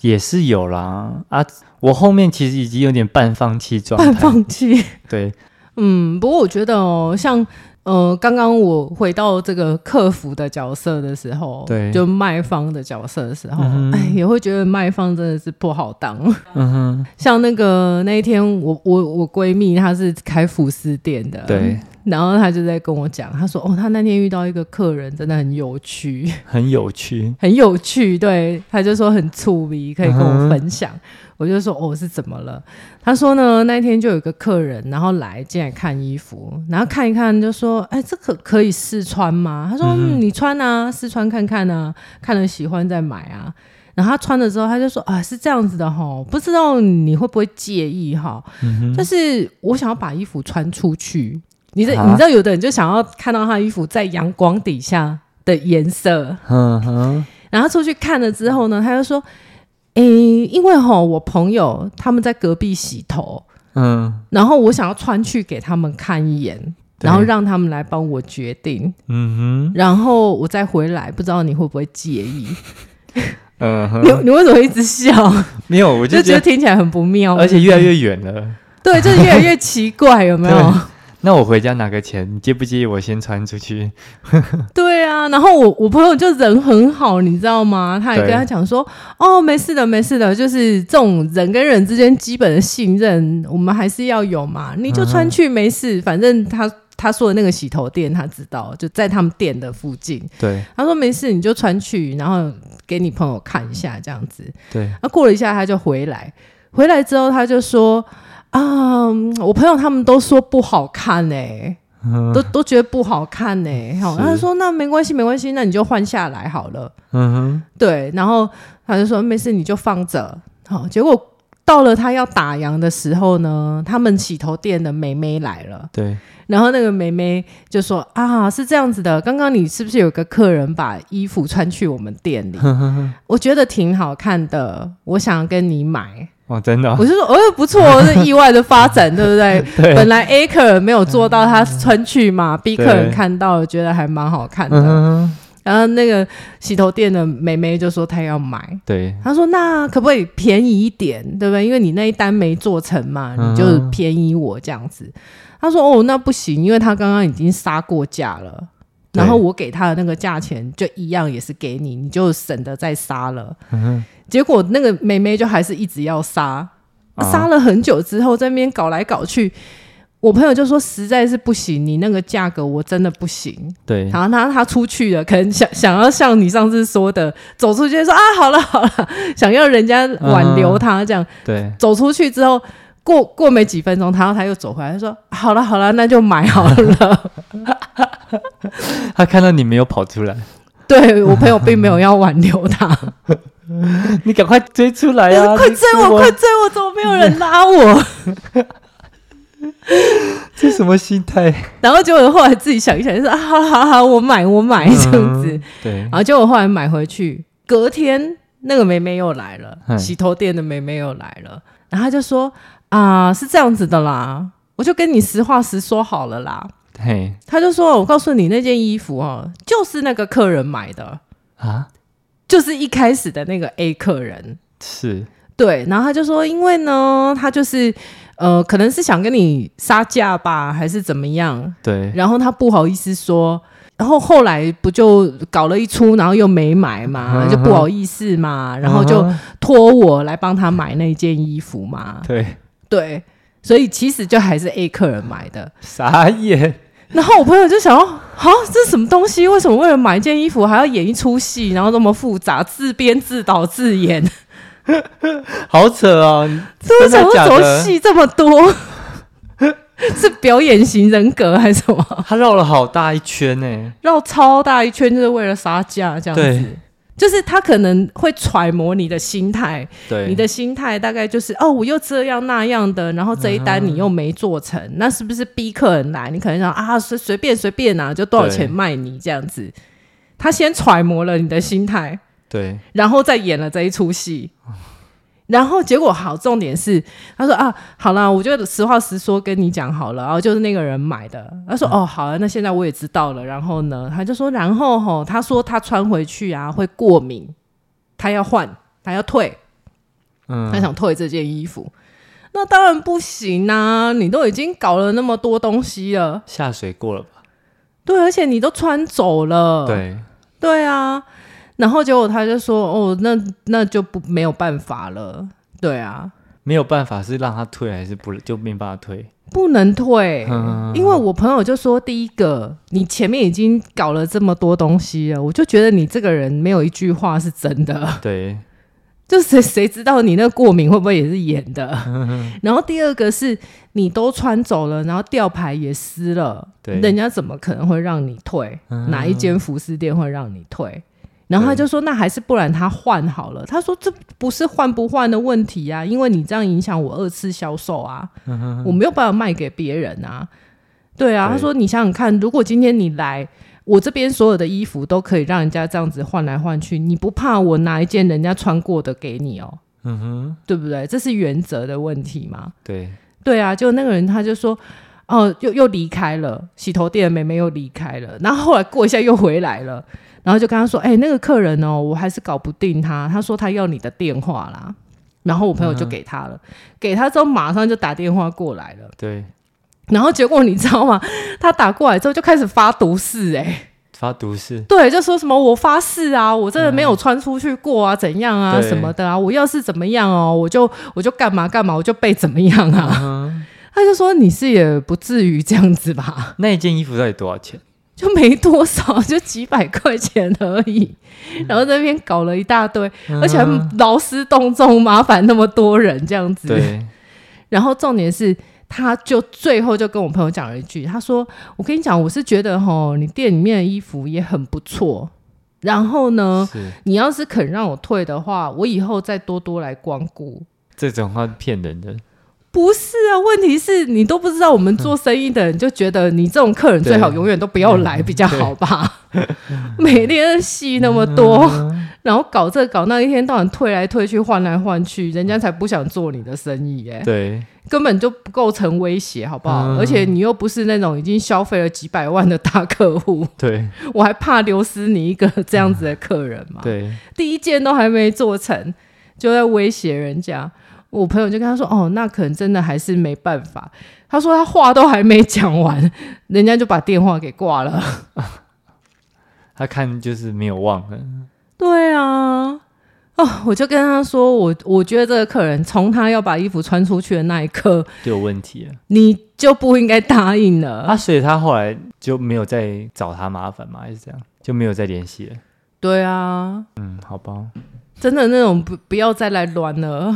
A: 也是有啦啊，我后面其实已经有点半放弃状
B: 半
A: 态，
B: 放弃。
A: 对，
B: 嗯，不过我觉得哦，像呃，刚刚我回到这个客服的角色的时候，
A: 对
B: 就卖方的角色的时候
A: 嗯哼，
B: 哎、也会觉得卖方真的是不好当。
A: 嗯哼，
B: 像那个那一天我，我我闺蜜她是开服饰店的，
A: 对，
B: 然后他就在跟我讲，他说：“哦，他那天遇到一个客人，真的很有趣，
A: 很有趣，
B: 很有趣。”对，他就说很触鼻，可以跟我分享。我就说：“哦，是怎么了？”他说呢，那天就有一个客人，然后来进来看衣服，然后看一看，就说：“哎，这可可以试穿吗？”他说：“嗯、你穿啊，试穿看看啊，看了喜欢再买啊。”然后他穿了之后，他就说：“啊，是这样子的哈，不知道你会不会介意哈？就是我想要把衣服穿出去。你这、
A: 啊
B: 你知道，有的人就想要看到他的衣服在阳光底下的颜色。
A: 嗯哼，
B: 然后出去看了之后呢，他就说：‘诶，因为哈，我朋友他们在隔壁洗头，
A: 嗯
B: 然后我想要穿去给他们看一眼，
A: 对
B: 然后让他们来帮我决定，
A: 嗯
B: 然后我再回来。不知道你会不会介意？
A: 哼，嗯
B: 你
A: 哼，
B: 你为什么一直笑？
A: 没有，我
B: 就
A: 就
B: 觉
A: 觉
B: 得
A: 得，
B: 听起来很不妙，
A: 而且越来越远了。
B: 对，就是越来越奇怪，有没有？
A: 那我回家拿个钱，你介不介意我先穿出去？
B: 对啊，然后我我朋友就人很好，你知道吗？他还跟
A: 对
B: 他讲说，哦，没事的，没事的，就是这种人跟人之间基本的信任，我们还是要有嘛。你就穿去没事，反正他他说的那个洗头店他知道，就在他们店的附近。
A: 对
B: 他说没事，你就穿去，然后给你朋友看一下这样子。
A: 对，
B: 那过了一下他就回来，回来之后他就说。啊、我朋友他们都说不好看哎、
A: 嗯
B: 都都觉得不好看呢、好，
A: 是
B: 他说那没关系，没关系，那你就换下来好了。
A: 嗯
B: 对，然后他就说没事，你就放着。好，结果到了他要打烊的时候呢，他们洗头店的妹妹来了
A: 哼，，对，
B: 然后那个妹妹就说啊，是这样子的，刚刚你是不是有个客人把衣服穿去我们店里？
A: 哼哼哼， *laughs*
B: 我觉得挺好看的，我想跟你买。
A: 哦，真的哦，
B: 我就说哦，不错，这意外的发展，对不对？
A: *laughs*
B: 本
A: 对，嗯
B: 来 A 客人没有做到，他穿去嘛，B 客
A: 对
B: 人看到了，觉得还蛮好看
A: 嗯
B: 的。
A: 哼哼，
B: 然后那个洗头店的妹妹就说她要买，
A: 对，
B: 她说那可不可以便宜一点，对不对？因为你那一单没做成嘛，
A: 嗯
B: 你就便宜我这样子。她说哦，那不行，因为她刚刚已经杀过价了。
A: 对
B: 然后我给她的那个价钱就一样，也是给你，你就省得再杀了。
A: 嗯哼，
B: 结果那个妹妹就还是一直要杀，
A: 啊
B: 杀了很久之后，在那边搞来搞去。我朋友就说实在是不行，你那个价格我真的不行。
A: 对，
B: 然后他他出去了，可能想想要像你上次说的，走出去说啊好了好了，想要人家挽留他
A: 嗯
B: 这样。
A: 对，
B: 走出去之后，过过没几分钟，然后他又走回来，他说好了好了，那就买好了。
A: 他看到你没有跑出
B: *laughs*
A: 来，
B: 对我朋友并没有要挽留他，
A: 你赶快追出来呀！
B: *laughs* 快
A: *laughs* 啊你
B: 追啊我快追我，怎么没有人拉我？ *laughs*
A: 这什么心
B: *laughs*
A: 态？
B: 然后结果后来自己想一想，就说啊，好好好，我买我买哎这样子。啊
A: 嗯对
B: 然，后结果后来买回去，隔天那个妹妹又来了，
A: 嗯
B: 洗头店的妹妹又来了，然后她就说啊，是这样子的啦，我就跟你实话实说好了啦。
A: 嘿
B: 她就说，我告诉你，那件衣服哦，就是那个客人买的，
A: 啊，
B: 就是一开始的那个 A 客人。
A: 是，
B: 对，然后他就说，因为呢，他就是呃，可能是想跟你杀价吧，还是怎么样，
A: 对，
B: 然后他不好意思说，然后后来不就搞了一出，然后又没买嘛，
A: *laughs* 嗯哼
B: 就不好意思
A: *laughs*
B: 嘛，然后就
A: 啊
B: 托我来帮他买那件衣
A: *laughs*
B: 服嘛，
A: 对，
B: 对，所以其实就还是 A 客人买的。
A: 傻眼，
B: 然后我朋友就想要，啊，这是什么东西？为什么为了买一件衣服还要演一出戏，然后这么复杂，自编自导
A: *laughs*
B: 自演？
A: 好扯哦！
B: 为
A: 真
B: 什
A: 的
B: 么
A: 假
B: 怎么
A: 的？
B: 戏这么多？ *laughs* 是表演型人格还是什么？
A: 他绕了好大一圈呢。
B: 绕超大一圈就是为了杀价这样子
A: 对。
B: 就是他可能会揣摩你的心态，
A: 对，
B: 你的心态大概就是哦，我又这样那样的，然后这一单你又没做成，
A: 嗯
B: 那是不是逼客人来？你可能想啊，随随便随便啊，就多少钱
A: 对
B: 卖你这样子。他先揣摩了你的心态，
A: 对
B: 然后再演了这一出戏。然后结果好，重点是他说啊，好啦，我就实话实说跟你讲好了，然后就是那个人买的。他说
A: 嗯
B: 哦，好啊，那现在我也知道了。然后呢，他就说，然后吼，他说他穿回去啊会过敏，他要换，他要退，
A: 嗯
B: 他想退这件衣服。那当然不行啊，你都已经搞了那么多东西了，
A: 下水过了吧？
B: 对，而且你都穿走了，
A: 对，
B: 对啊，然后结果他就说：“哦，那那就不没有办法了。”对啊，
A: 没有办法，是让他退还是不就没办法退？
B: 不能退，
A: 嗯
B: 因为我朋友就说，第一个，你前面已经搞了这么多东西了，我就觉得你这个人没有一句话是真的， *laughs*
A: 对，
B: 就谁谁知道你那过敏会不会也是演的？
A: 嗯
B: 然后第二个是你都穿走了，然后吊牌也撕了，
A: 对嗯
B: 人家怎么可能会让你退？哪一间服饰店会让你退？然后他就说：“那还是不然他换好了。”他说：“这不是换不换的问题啊，因为你这样影响我二次销售啊，
A: 嗯
B: 我没有办法卖给别人啊。”对啊，
A: 对
B: 他说：“你想想看，如果今天你来，我这边所有的衣服都可以让人家这样子换来换去，你不怕我拿一件人家穿过的给你哦？
A: 嗯哼，
B: 对不对？这是原则的问题嘛。
A: 对，
B: 对啊，就那个人他就说，哦，又又离开了，洗头店的妹妹又离开了，然后后来过一下又回来了，然后就跟他说，哎、那个客人哦，我还是搞不定他，他说他要你的电话啦，然后我朋友就给他了，给他之后马上就打电话过来了，
A: 对，
B: 然后结果你知道吗？他打过来之后就开始发毒誓、哎。
A: 发毒誓，
B: 对，就说什么我发誓啊，我真的没有穿出去过啊，怎样啊
A: 对
B: 什么的啊，我要是怎么样哦，我就我就干嘛干嘛，我就被怎么样
A: 嗯
B: 啊。他就说你是也不至于这样子吧， *laughs*
A: 那一件衣服到底多少钱？
B: 就没多少，就几百块钱而已，
A: 嗯
B: 然后在那边搞了一大堆，而且还劳师动众，麻烦那么多人这样子。
A: 对，
B: 然后重点是，他就最后就跟我朋友讲了一句，他说：“我跟你讲，我是觉得吼，你店里面的衣服也很不错。然后呢，
A: 是
B: 你要是肯让我退的话，我以后再多多来光顾。”
A: 这种话骗人的，
B: 不是啊，问题是你都不知道，我们做生意的人就觉得你这种客人最好
A: 对
B: 永远都不要来比较好吧？嗯每天戏那么多，然后搞这搞那，一天到晚退来退去，换来换去，人家才不想做你的生意耶、
A: 对，
B: 根本就不构成威胁，好不好？
A: 嗯
B: 而且你又不是那种已经消费了几百万的大客户，
A: 对，
B: 我还怕流失你一个这样子的客人嘛？，
A: 对，
B: 第一件都还没做成，就在威胁人家。我朋友就跟他说：“哦，那可能真的还是没办法。”他说他话都还没讲完，人家就把电话给挂了。
A: 他看就是没有忘了，
B: 对啊，哦，我就跟他说：“我我觉得这个客人从他要把衣服穿出去的那一刻，
A: 就有问题了
B: 你就不应该答应了。”
A: 啊，所以他后来就没有再找他麻烦嘛，还是这样，就没有再联系了。
B: 对啊，
A: 嗯，好吧，
B: 真的那种不不要再来乱了。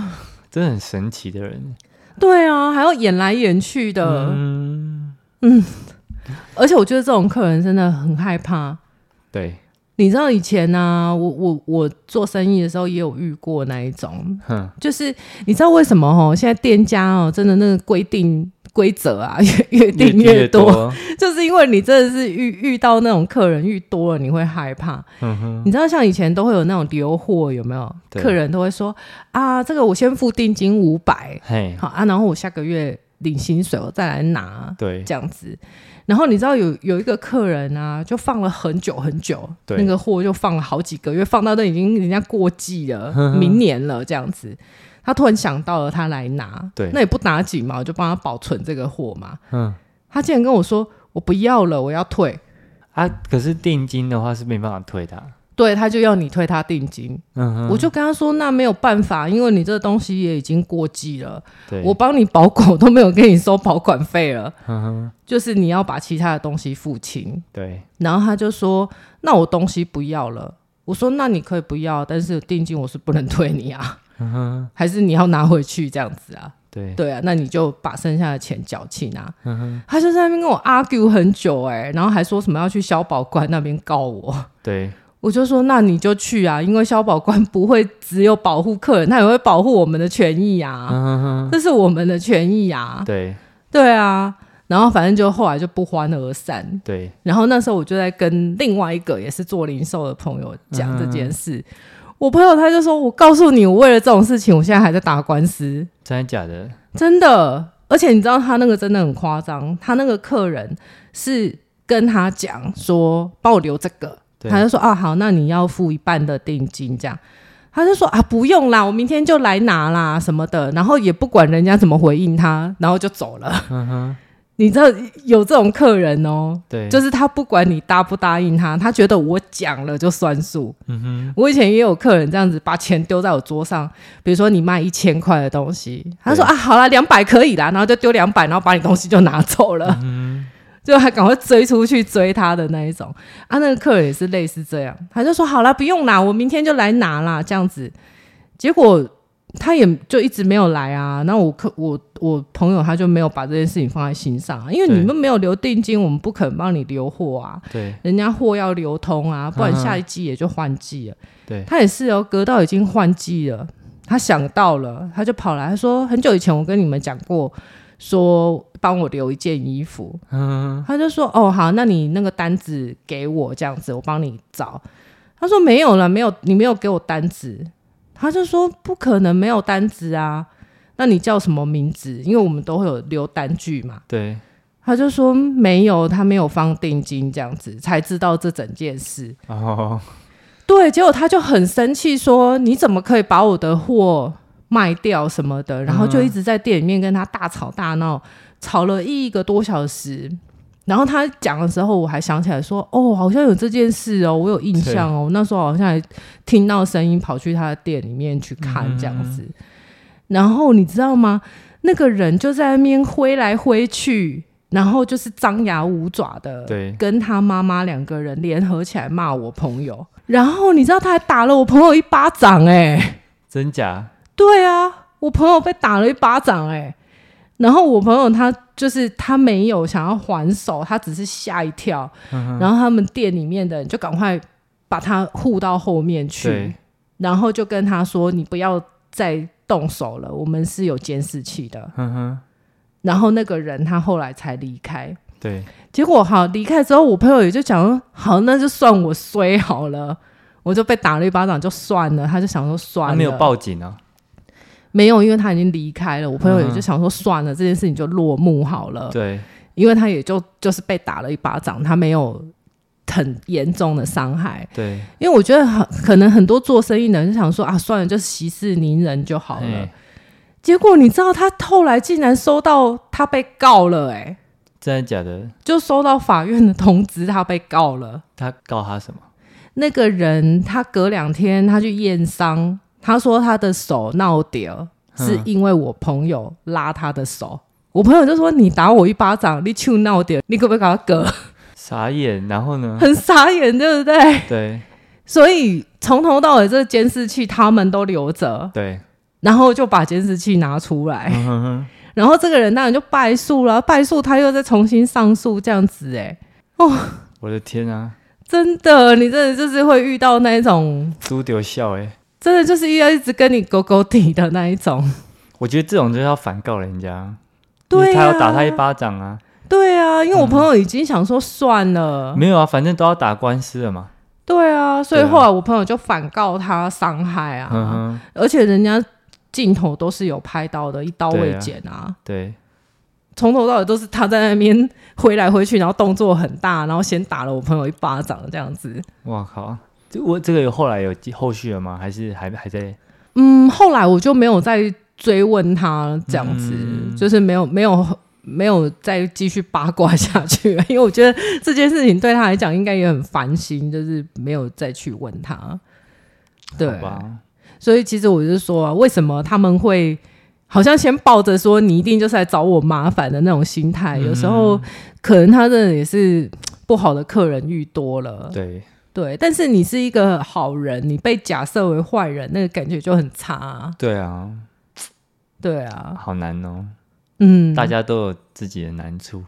A: 真的很神奇的人，
B: 对啊，还要演来演去的，
A: 嗯，
B: 而且我觉得这种客人真的很害怕。
A: 对，
B: 你知道以前呢、我我我做生意的时候也有遇过那一种，
A: 哼，
B: 就是你知道为什么哦？现在店家哦，真的那个规定规则啊， *laughs* 越越定
A: 越听
B: 越
A: 越
B: 多，
A: 多，
B: 就是因为你真的是遇遇到那种客人遇多了，你会害怕。
A: 嗯哼，
B: 你知道像以前都会有那种留货，有没有？
A: 对
B: 客人都会说啊，这个我先付定金五百，
A: 嘿，
B: 好啊，然后我下个月领薪水，我再来拿
A: 对，
B: 这样子。然后你知道有有一个客人啊，就放了很久很久，
A: 对
B: 那个货就放了好几个月，放到都已经人家过
A: *laughs*
B: 季了，明年了这样子。他突然想到了，他来拿，
A: 对
B: 那也不打紧嘛，我就帮他保存这个货嘛。
A: 嗯。
B: 他竟然跟我说：“我不要了，我要退。
A: 啊，可是定金的话是没办法退的啊、”
B: 对，他就要你退他定金，
A: 嗯哼，
B: 我就跟他说：“那没有办法，因为你这个东西也已经过季了，
A: 对，
B: 我帮你保管都没有跟你收保管费了。”
A: 嗯哼，
B: 就是你要把其他的东西付清。
A: 对，
B: 然后他就说：“那我东西不要了。”我说：“那你可以不要，但是定金我是不能退你啊，
A: 嗯哼，
B: 还是你要拿回去这样子啊？
A: 对，嗯
B: 对啊，那你就把剩下的钱缴清啊。他就在那边跟我 argue 很久哎、然后还说什么要去消保官那边告我。
A: 对，
B: 我就说：“那你就去啊，因为消保官不会只有保护客人，他也会保护我们的权益啊，
A: 嗯哼，
B: 这是我们的权益啊。
A: 对，”
B: 对啊，然后反正就后来就不欢而散。
A: 对，
B: 然后那时候我就在跟另外一个也是做零售的朋友讲这件事。
A: 嗯
B: 我朋友他就说：“我告诉你，我为了这种事情，我现在还在打官司，
A: 真的假的？
B: 真的。而且你知道他那个真的很夸张，他那个客人是跟他讲说帮我留这个，
A: 对，
B: 他就说啊好，那你要付一半的定金这样。”他就说啊，不用啦，我明天就来拿啦什么的，然后也不管人家怎么回应他，然后就走了。
A: 嗯哼，
B: 你知道有这种客人哦，
A: 对，
B: 就是他不管你答不答应他，他觉得我讲了就算数。
A: 嗯哼，
B: 我以前也有客人这样子把钱丢在我桌上，比如说你卖一千块的东西，他说
A: 对
B: 啊好啦，两百可以啦，然后就丢两百，然后把你东西就拿走了，
A: 嗯
B: 就还赶快追出去追他的那一种。啊，那个客人也是类似这样，他就说好啦，不用啦，我明天就来拿啦，这样子。结果他也就一直没有来啊。那我客我我朋友他就没有把这件事情放在心上啊，因为
A: 对
B: 你们没有留定金，我们不肯帮你留货啊。
A: 对
B: 人家货要流通啊，不然
A: 嗯哼
B: 下一季也就换季啊了。
A: 对，
B: 他也是哦，隔到已经换季了，他想到了，他就跑来，他说很久以前我跟你们讲过，说帮我留一件衣服，
A: 嗯，
B: 他就说哦好，那你那个单子给我这样子，我帮你找。他说没有了，没有，你没有给我单子。啊他就说不可能没有单子啊，那你叫什么名字？因为我们都会有留单据嘛。
A: 对
B: 他就说没有，他没有放定金这样子，才知道这整件事。
A: 哦，
B: 对，结果他就很生气，说：“你怎么可以把我的货卖掉什么的？”然后就一直在店里面跟他大吵大闹，吵了一个多小时。然后他讲的时候，我还想起来说：“哦，好像有这件事哦，我有印象哦。”那时候好像还听到声音，跑去他的店里面去看这样子。然后你知道吗？那个人就在那边挥来挥去，然后就是张牙舞爪的，
A: 对
B: 跟他妈妈两个人联合起来骂我朋友，然后你知道他还打了我朋友一巴掌、哎，
A: 真假？
B: 对啊，我朋友被打了一巴掌、哎，然后我朋友他就是他没有想要还手，他只是吓一跳，
A: 嗯
B: 然后他们店里面的人就赶快把他护到后面去
A: 对，
B: 然后就跟他说：“你不要再动手了，我们是有监视器的。
A: 嗯哼，”
B: 然后那个人他后来才离开，
A: 对，
B: 结果好离开之后，我朋友也就讲说，好，那就算我衰好了，我就被打了一巴掌就算了。他就想说算
A: 他
B: 了，
A: 没有报警啊？
B: 没有，因为他已经离开了。我朋友也就
A: 嗯
B: 想说算了，这件事情就落幕好了，
A: 对，
B: 因为他也就就是被打了一巴掌，他没有很严重的伤害。
A: 对，
B: 因为我觉得很可能很多做生意的人就想说啊，算了，就息事宁人就好了
A: 哎。，
B: 结果你知道他后来竟然收到他被告了、欸，哎，
A: 真的假的？
B: 就收到法院的通知，他被告了。
A: 他告他什么？
B: 那个人他隔两天他去验伤，他说他的手闹掉，
A: 嗯
B: 是因为我朋友拉他的手。我朋友就说：“你打我一巴掌，你去闹掉，你可不可以搞割？”
A: 傻眼，然后
B: *laughs*
A: 呢？
B: 很傻眼，对不对？
A: 对
B: 所以从头到尾，这监视器他们都留着，
A: 对，
B: 然后就把监视器拿出来，
A: 嗯哼哼，
B: 然后这个人当然就败诉了，败诉他又再重新上诉，这样子、哎，
A: 我的天啊，
B: 真的，你真的就是会遇到那一种，
A: 猪丢笑哎！
B: 真的就是要一直跟你勾勾底的那一种。
A: 我觉得这种就是要反告人家，因
B: 对、
A: 为
B: 啊，
A: 他要打他一。巴掌啊！
B: 对啊，因为我朋友已经想说算了，
A: 没有啊，反正都要打官司了嘛。
B: 对啊，所以
A: 对啊
B: 后来我朋友就反告他伤害啊，
A: 嗯哼，
B: 而且人家镜头都是有拍到的，一刀未
A: 对啊
B: 剪啊，
A: 对
B: 从、头到尾都是他在那边回来回去，然后动作很大，然后先打了我朋友一巴掌这样子。
A: 哇靠！这我这个有后来有记后续了吗？还是还还在？
B: 嗯，后来我就没有再追问他这样子，
A: 嗯
B: 就是没有没有。没有再继续八卦下去，因为我觉得这件事情对他来讲应该也很烦心，就是没有再去问他。对
A: 好，吧，
B: 所以其实我就说、啊，为什么他们会好像先抱着说你一定就是来找我麻烦的那种心态？
A: 嗯
B: 有时候可能他真的也是不好的客人遇多了，
A: 对
B: 对，但是你是一个好人，你被假设为坏人，那个感觉就很差、啊。
A: 对啊，
B: 对啊，
A: 好难哦。
B: 嗯，
A: 大家都有自己的难处。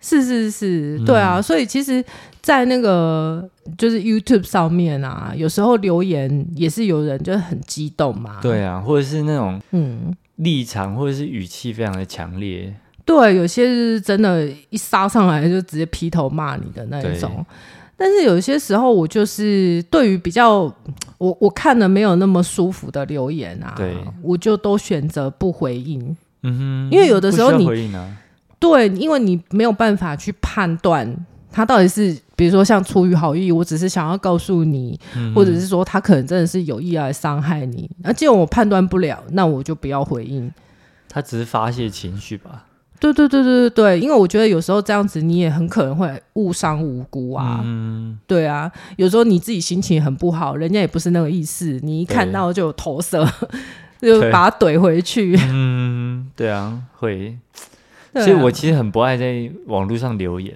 B: 是是是，
A: 嗯
B: 对啊，所以其实，在那个就是 YouTube 上面啊，有时候留言也是有人就是很激动嘛。，
A: 对啊，或者是那种
B: 嗯，
A: 立场或者是语气非常的强烈。
B: 对，有些是真的，一杀上来就直接劈头骂你的那一种
A: 对。
B: 但是有些时候，我就是对于比较我我看了没有那么舒服的留言啊，
A: 对
B: 我就都选择不回应。
A: 嗯哼，
B: 因为有的时候
A: 不需
B: 你
A: 要回应啊，
B: 对，因为你没有办法去判断他到底是，比如说像出于好意，我只是想要告诉你，
A: 嗯
B: 或者是说他可能真的是有意来伤害你。那既然我判断不了，那我就不要回应。
A: 他只是发泄情绪吧。
B: 对对对对对对，因为我觉得有时候这样子你也很可能会误伤无辜啊。
A: 嗯，
B: 对啊，有时候你自己心情很不好，人家也不是那个意思，你一看
A: 对
B: 到就有投
A: *laughs*
B: 射，就
A: 对
B: 把它怼回去。
A: 嗯，对啊，会。
B: 对啊
A: 所以我 *laughs* 其实很不爱在网络上留言。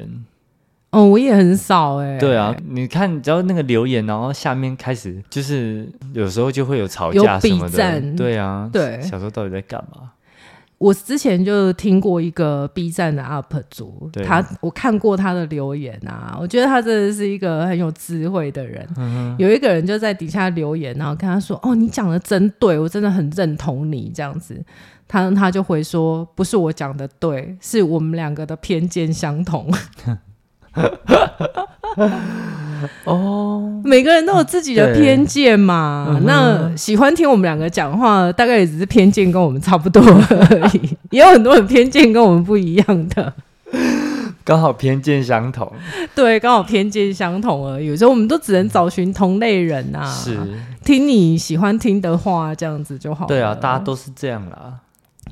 B: 哦，我也很少哎、
A: 对啊，，你看，只要那个留言，然后下面开始就是有时候就会有吵
B: 有
A: 架什
B: 比
A: 么的。
B: 战
A: 对啊，
B: 对
A: 小时候到底在干嘛？
B: 我之前就听过一个 B 站的 UP 主
A: 对，
B: 他我看过他的留言啊，我觉得他真的是一个很有智慧的人。
A: 嗯
B: 有一个人就在底下留言，然后跟他说：“哦，你讲的真对，我真的很认同你。”这样子，他他就回说：“不是我讲的对，是我们两个的偏见相同。
A: 哦，
B: 每个人都有自己的
A: 对
B: 偏见嘛。
A: 嗯哼
B: 那喜欢听我们两个讲话，大概也只是偏见跟我们差不多而已， *laughs* 也有很多人偏见跟我们不一样的。”
A: 刚好偏见相同， *laughs*
B: 对，刚好偏见相同而已。有时候我们都只能找寻同类人啊，
A: 是，
B: 听你喜欢听的话，这样子就好了。
A: 对啊，大家都是这样啦。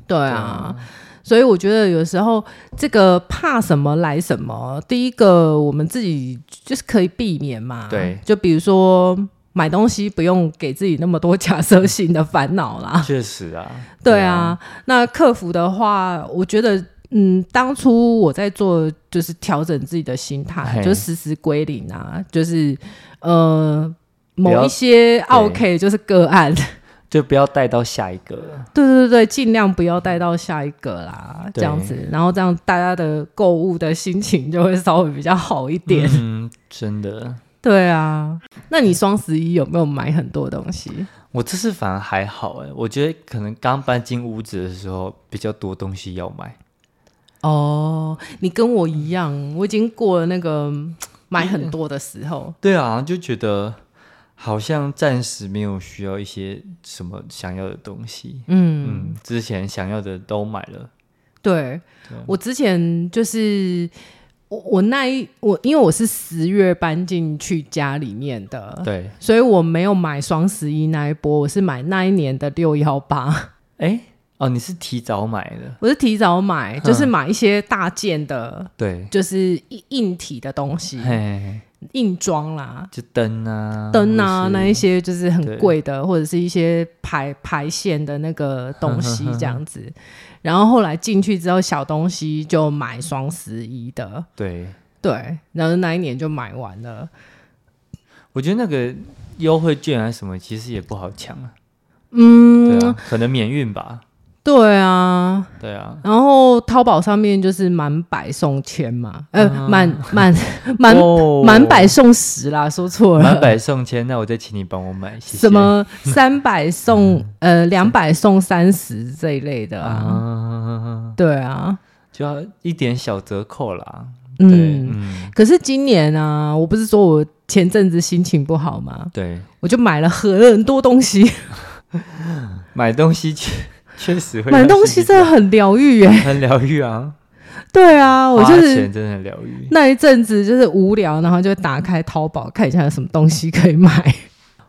B: 对啊。所以我觉得有时候这个怕什么来什么，第一个我们自己就是可以避免嘛。
A: 对
B: 就比如说买东西不用给自己那么多假设性的烦恼啦。
A: 确实啊，
B: 对啊，那客服的话，我觉得，嗯，当初我在做就是调整自己的心态
A: 嘿，
B: 就实时归零啊，就是呃，
A: 不要
B: 某一些 OK 就是个案， *laughs*
A: 对啊，就不要带到下一个。
B: 对对对，尽量不要带到下一个啦，
A: 对
B: 这样子，然后这样大家的购物的心情就会稍微比较好一点。
A: 嗯，真的，
B: 对啊，那你双十一有没有买很多东西？
A: 我这次反而还好哎，我觉得可能刚搬进屋子的时候比较多东西要买。
B: 哦，你跟我一样，我已经过了那个嗯买很多的时候。
A: 对啊，就觉得好像暂时没有需要一些什么想要的东西。
B: 嗯，
A: 嗯，之前想要的都买了。
B: 对，
A: 啊
B: 我之前就是我我那一我因为我是十月搬进去家里面的，
A: 对，
B: 所以我没有买双十一那一波，我是买那一年的六幺八， *laughs*
A: 哎，哦，你是提早买的。
B: 我是提早买，就是买一些大件的，
A: 对，
B: 就是硬硬体的东西，
A: 嘿，
B: 硬装啦。
A: 就灯啊，
B: 灯啊，
A: 或是
B: 那一些就是
A: 对
B: 很贵的，或者是一些排排线的那个
A: *laughs*
B: 东西这样子。然后后来进去之后，小东西就买双十一的，
A: 对，
B: 对，然后那一年就买完了。
A: 我觉得那个优惠券啊什么，其实也不好抢啊。
B: 嗯，
A: 对啊，可能免运吧。
B: 对啊，
A: 对啊，
B: 然后淘宝上面就是满百送千嘛，呃，满满满
A: 啊哦
B: 满百送十啦，说错
A: 满
B: 了。
A: 百送千，那我再请你帮我买，谢谢。嗯
B: 什么三百送呃两百送三十这一类的啊？
A: 啊？
B: 对啊，
A: 就要一点小折扣啦。对，
B: 嗯。
A: 嗯，
B: 可是今年啊，我不是说我前阵子心情不好吗？
A: 对，
B: 我就买了很多
A: *laughs*
B: 东西，
A: 买东西确确实会
B: 买
A: 让
B: 东西
A: 心
B: 真的
A: 情
B: 很疗愈耶。
A: 很疗愈啊，
B: 对啊，我
A: 花
B: 就是
A: 钱真的很疗愈。
B: 那一阵子就是无聊，然后就打开淘宝看一下有什么东西可以
A: *laughs*
B: 买。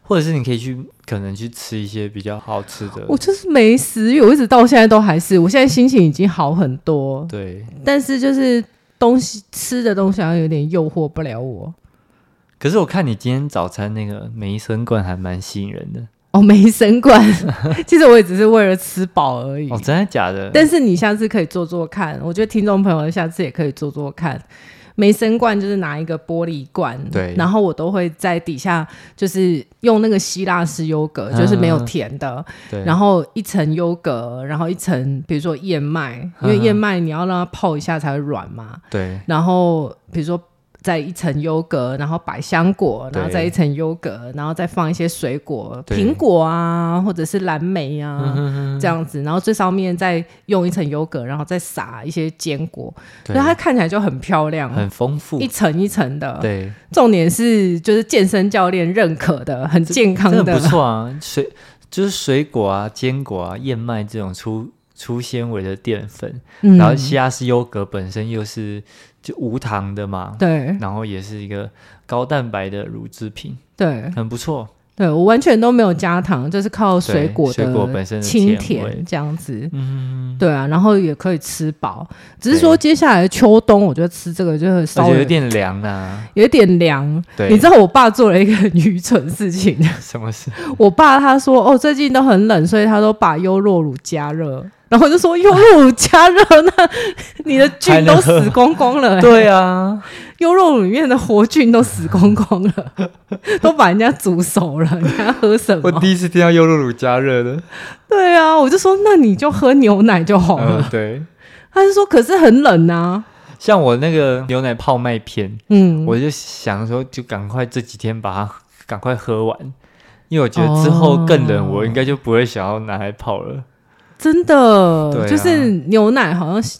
A: 或者是你可以去，可能去吃一些比较好吃的。
B: 我就是没食欲，我一直到现在都还是。我现在心情已经好很多，
A: 对，
B: 但是就是东西吃的东西好像有点诱惑不了我。
A: 可是我看你今天早餐那个梅生罐还蛮吸引人的
B: 哦，梅神罐， *laughs* 其实我也只是为了吃饱而已。
A: 哦，真的假的？
B: 嗯但是你下次可以做做看，我觉得听众朋友下次也可以做做看。梅森罐就是拿一个玻璃罐，
A: 对
B: 然后我都会在底下就是用那个希腊式优格，就是没有
A: 嗯
B: 甜的，
A: 对，
B: 然
A: 后
B: 后一层优格，然后一层比如说燕麦，因为
A: 嗯
B: 燕麦你要让它泡一下才会软嘛。
A: 对
B: 然后比如说再一层优格，然后百香果，
A: 对
B: 然后再一层优格，然后再放一些水果，
A: 对嗯
B: 苹果啊，或者是蓝莓啊。这样子，然后最上面再用一层优格，然后再撒一些坚果，
A: 对
B: 所以它看起来就很漂亮，
A: 很丰富
B: 一，层一层的。
A: 对，
B: 重点是就是健身教练认可的，很健康
A: 真
B: 的，
A: 的不错啊，水就是水果啊、坚果啊、燕麦这种粗粗纤维的淀粉，
B: 嗯
A: 然后西亚斯优格本身又是就无糖的嘛，
B: 对
A: 然后也是一个高蛋白的乳制品，
B: 对，
A: 很不错。
B: 对我完全都没有加糖，就是靠水果
A: 对水果本身的
B: 清
A: 甜味
B: 甜这样子。
A: 嗯，
B: 对啊，然后也可以吃饱，只是说接下来秋冬，我觉得吃这个就是
A: 而
B: 稍
A: 且
B: 微
A: 有点凉啊。
B: 有点凉。
A: 对，
B: 你知道我爸做了一个 *laughs* 很愚蠢的事情，
A: 什么事？
B: 我爸他说哦最近都很冷，所以他都把优酪乳加热，然后我就说优酪乳加热，那你的
A: 还
B: 菌
A: 能
B: 都
A: 喝
B: 死光光了、欸
A: 对啊，
B: 优肉里面的活菌都死光光了，都把人家煮熟了，你还要喝什
A: *laughs* 我
B: 么？
A: 第一次听到优酪乳加热的。
B: *laughs* 对啊，我就说那你就喝牛奶就好了。
A: 嗯，对。
B: 他就说可是很冷啊，
A: 像我那个牛奶泡麦片，
B: 嗯，
A: 我就想说，就赶快这几天把它赶快喝完，因为我觉得之后更冷，
B: 哦
A: 我应该就不会想要拿来泡了。
B: 真的、
A: 对啊
B: 就是牛奶好像是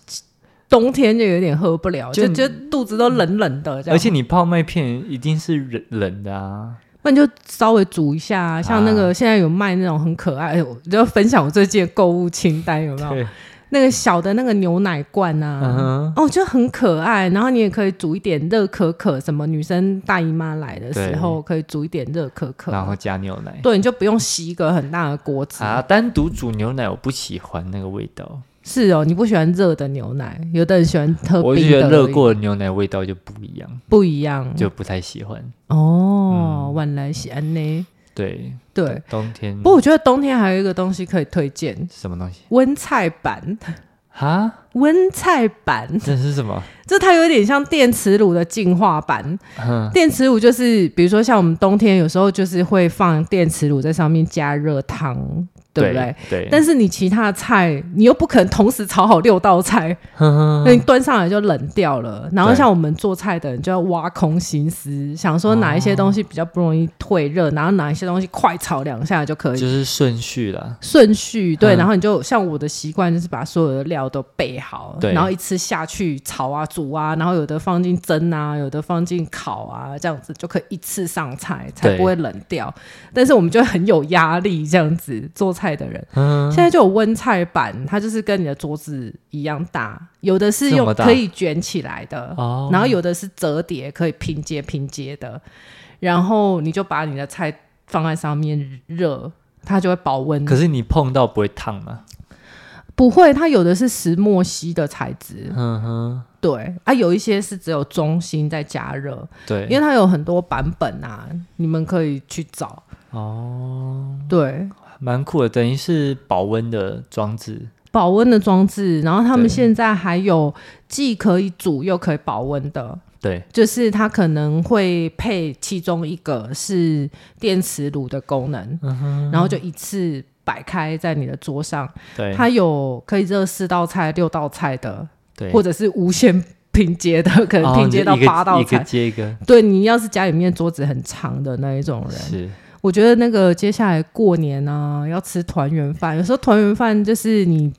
B: 冬天就有点喝不了，
A: 就
B: 就觉得肚子都冷冷的这样。
A: 而且你泡麦片一定是冷冷的啊，
B: 那你就稍微煮一下、啊，像那个现在有卖那种很可爱，哎我就分享我最近的购物清单有没有？
A: 对，
B: 那个小的那个牛奶罐啊。
A: 嗯哼，
B: 哦，就很可爱。然后你也可以煮一点热可可，什么女生大姨妈来的时候可以煮一点热可可，
A: 然后加牛奶
B: 对，你就不用洗一个很大的锅子。
A: 啊，单独煮牛奶我不喜欢那个味道，
B: 是哦，你不喜欢热的牛奶，有的人喜欢喝
A: 我就
B: 冰
A: 觉
B: 的
A: 得
B: 而已，
A: 热过的牛奶味道就不一样，
B: 不一样。
A: 就不太喜欢。
B: 哦，晚来喜安呢？
A: 对，
B: 对，
A: 冬天
B: 不过我觉得冬天还有一个东西可以推荐，
A: 什么东西
B: 温菜板。
A: 啊？
B: 温菜板，
A: 这是什么？
B: 这它有点像电磁炉的进化版，
A: 嗯
B: 电磁炉就是，比如说像我们冬天有时候就是会放电磁炉在上面加热汤，对不对？？
A: 对，
B: 但是你其他的菜，你又不可能同时炒好六道菜，
A: 哼
B: 那你端上来就冷掉了。然后
A: 对
B: 像我们做菜的人就要挖空心思，想说哪一
A: 哦
B: 些东西比较不容易退热，然后哪一些东西快炒两下就可以。
A: 就是顺序啦。
B: 顺序对，
A: 嗯
B: 然后你就像我的习惯，就是把所有的料都备好，
A: 对
B: 然后一次下去炒啊、煮啊，然后有的放进蒸啊，有的放进烤啊，这样子就可以一次上菜，才
A: 对
B: 不会冷掉。但是我们就会很有压力，这样子做菜的人，
A: 嗯，
B: 现在就有温菜板，它就是跟你的桌子一样大，有的是
A: 这
B: 用
A: 么大
B: 可以卷起来的，
A: 哦
B: 然后有的是折叠可以拼接拼接的，然后你就把你的菜放在上面热，它就会保温。
A: 可是你碰到不会烫吗？
B: 不会，它有的是石墨烯的材质，
A: 嗯哼，
B: 对啊，有一些是只有中心在加热，
A: 对，
B: 因为它有很多版本啊，你们可以去找。
A: 哦，
B: 对，
A: 蛮酷的，等于是保温的装置。
B: 保温的装置，然后他
A: 对
B: 们现在还有既可以煮又可以保温的，
A: 对，
B: 就是它可能会配其中一个是电磁炉的功能，
A: 嗯
B: 然后就一次摆开在你的桌上，
A: 对，
B: 它有可以热四道菜、六道菜的，
A: 对，
B: 或者是无限拼接的，可能
A: 哦
B: 拼接到
A: 你就一个
B: 八道
A: 一
B: 菜。
A: 个接一个，
B: 对你要是家里面桌子很长的那一种人，
A: 是
B: 我觉得那个接下来过年啊，要吃团圆饭，有时候团圆饭就是你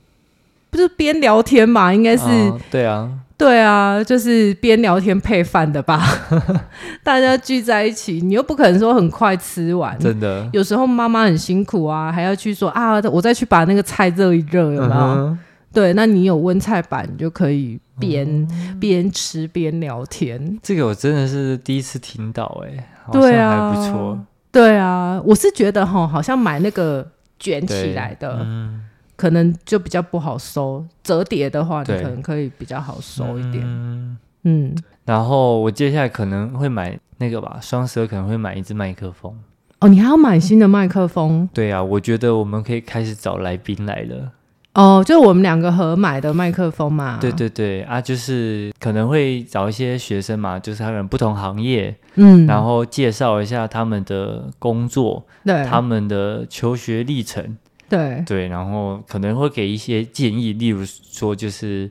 B: 不是边聊天嘛，应该是、
A: 哦对啊，
B: 对啊，就是边聊天配饭的吧， *laughs* 大家聚在一起，你又不可能说很快吃完。
A: 真的。
B: 有时候妈妈很辛苦啊，还要去说啊，我再去把那个菜热一热，有没有？
A: 嗯哼
B: 对，那你有温菜板，你就可以
A: 嗯
B: 边、边吃边聊天。
A: 这个我真的是第一次听到，哎，好像
B: 对啊，
A: 还不错，。
B: 对啊，我是觉得哈，好像买那个卷起
A: 对
B: 来的，
A: 嗯，
B: 可能就比较不好收；折叠的话，你
A: 对
B: 可能可以比较好收一点。
A: 嗯
B: 嗯，
A: 然后我接下来可能会买那个吧，双十二可能会买一支麦克风。
B: 哦，你还要买新的麦克风
A: 对啊，我觉得我们可以开始找来宾来了。
B: 哦，就是我们两个合买的麦克风嘛。
A: 对，对对啊，就是可能会找一些学生嘛，就是他们不同行业，
B: 嗯，
A: 然后介绍一下他们的工作、
B: 对，
A: 他们的求学历程，
B: 对
A: 对，然后可能会给一些建议，例如说就是，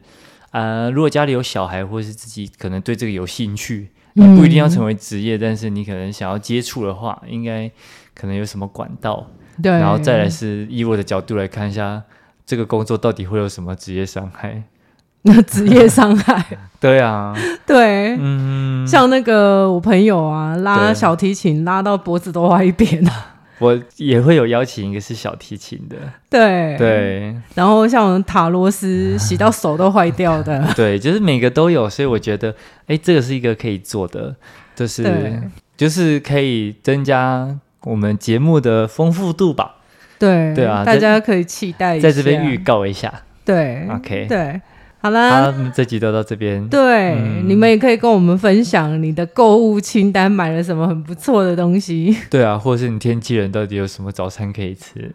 A: 呃，如果家里有小孩，或是自己可能对这个有兴趣，也不一定要成为职业，但是你可能想要接触的话，应该可能有什么管道，
B: 对，
A: 然后再来是以我的角度来看一下这个工作到底会有什么职业伤害。
B: *laughs* 那职业
A: *laughs*
B: 伤害，
A: 对啊，
B: 对。
A: 嗯，
B: 像那个我朋友啊，拉
A: 对
B: 小提琴拉到脖子都歪一边，啊
A: 我也会有邀请一个是小提琴的，
B: 对，
A: 对，
B: 然后像我们塔罗斯洗到手都坏掉的 *laughs*
A: 对，就是每个都有，所以我觉得，哎，这个是一个可以做的，就是
B: 对
A: 就是可以增加我们节目的丰富度吧，
B: 对
A: 对啊
B: 大
A: 在
B: 家可以期待一下，
A: 在这边预告一下。
B: 对
A: OK
B: 对，好
A: 好、
B: 啦。
A: 啊，我们这集就到这边。
B: 对，
A: 嗯
B: 你们也可以跟我们分享你的购物清单，买了什么很不错的东西。 *laughs*
A: 对啊，或者是你天气人到底有什么早餐可以吃？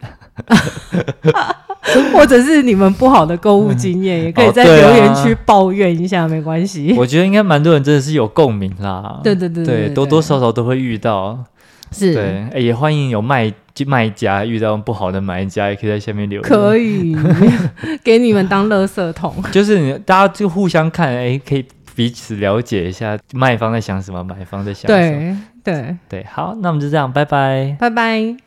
B: 或者是你们不好的购物经验，也可以
A: 哦
B: 在
A: 对啊
B: 留言区抱怨一下，没关系。
A: 我觉得应该蛮多人真的是有共鸣啦。
B: *laughs* 对对对对对
A: 多多少少都会遇到。
B: 是
A: 对，哎也欢迎有卖卖家遇到不好的买家，也可以在下面留言。
B: 可
A: *laughs*
B: 以 *laughs* 给你们当垃圾桶。
A: 就是你大家就互相看，哎，可以彼此了解一下卖方在想什么，买方在想什么。
B: 对对，
A: 对，好，那我们就这样，拜拜。
B: 拜拜。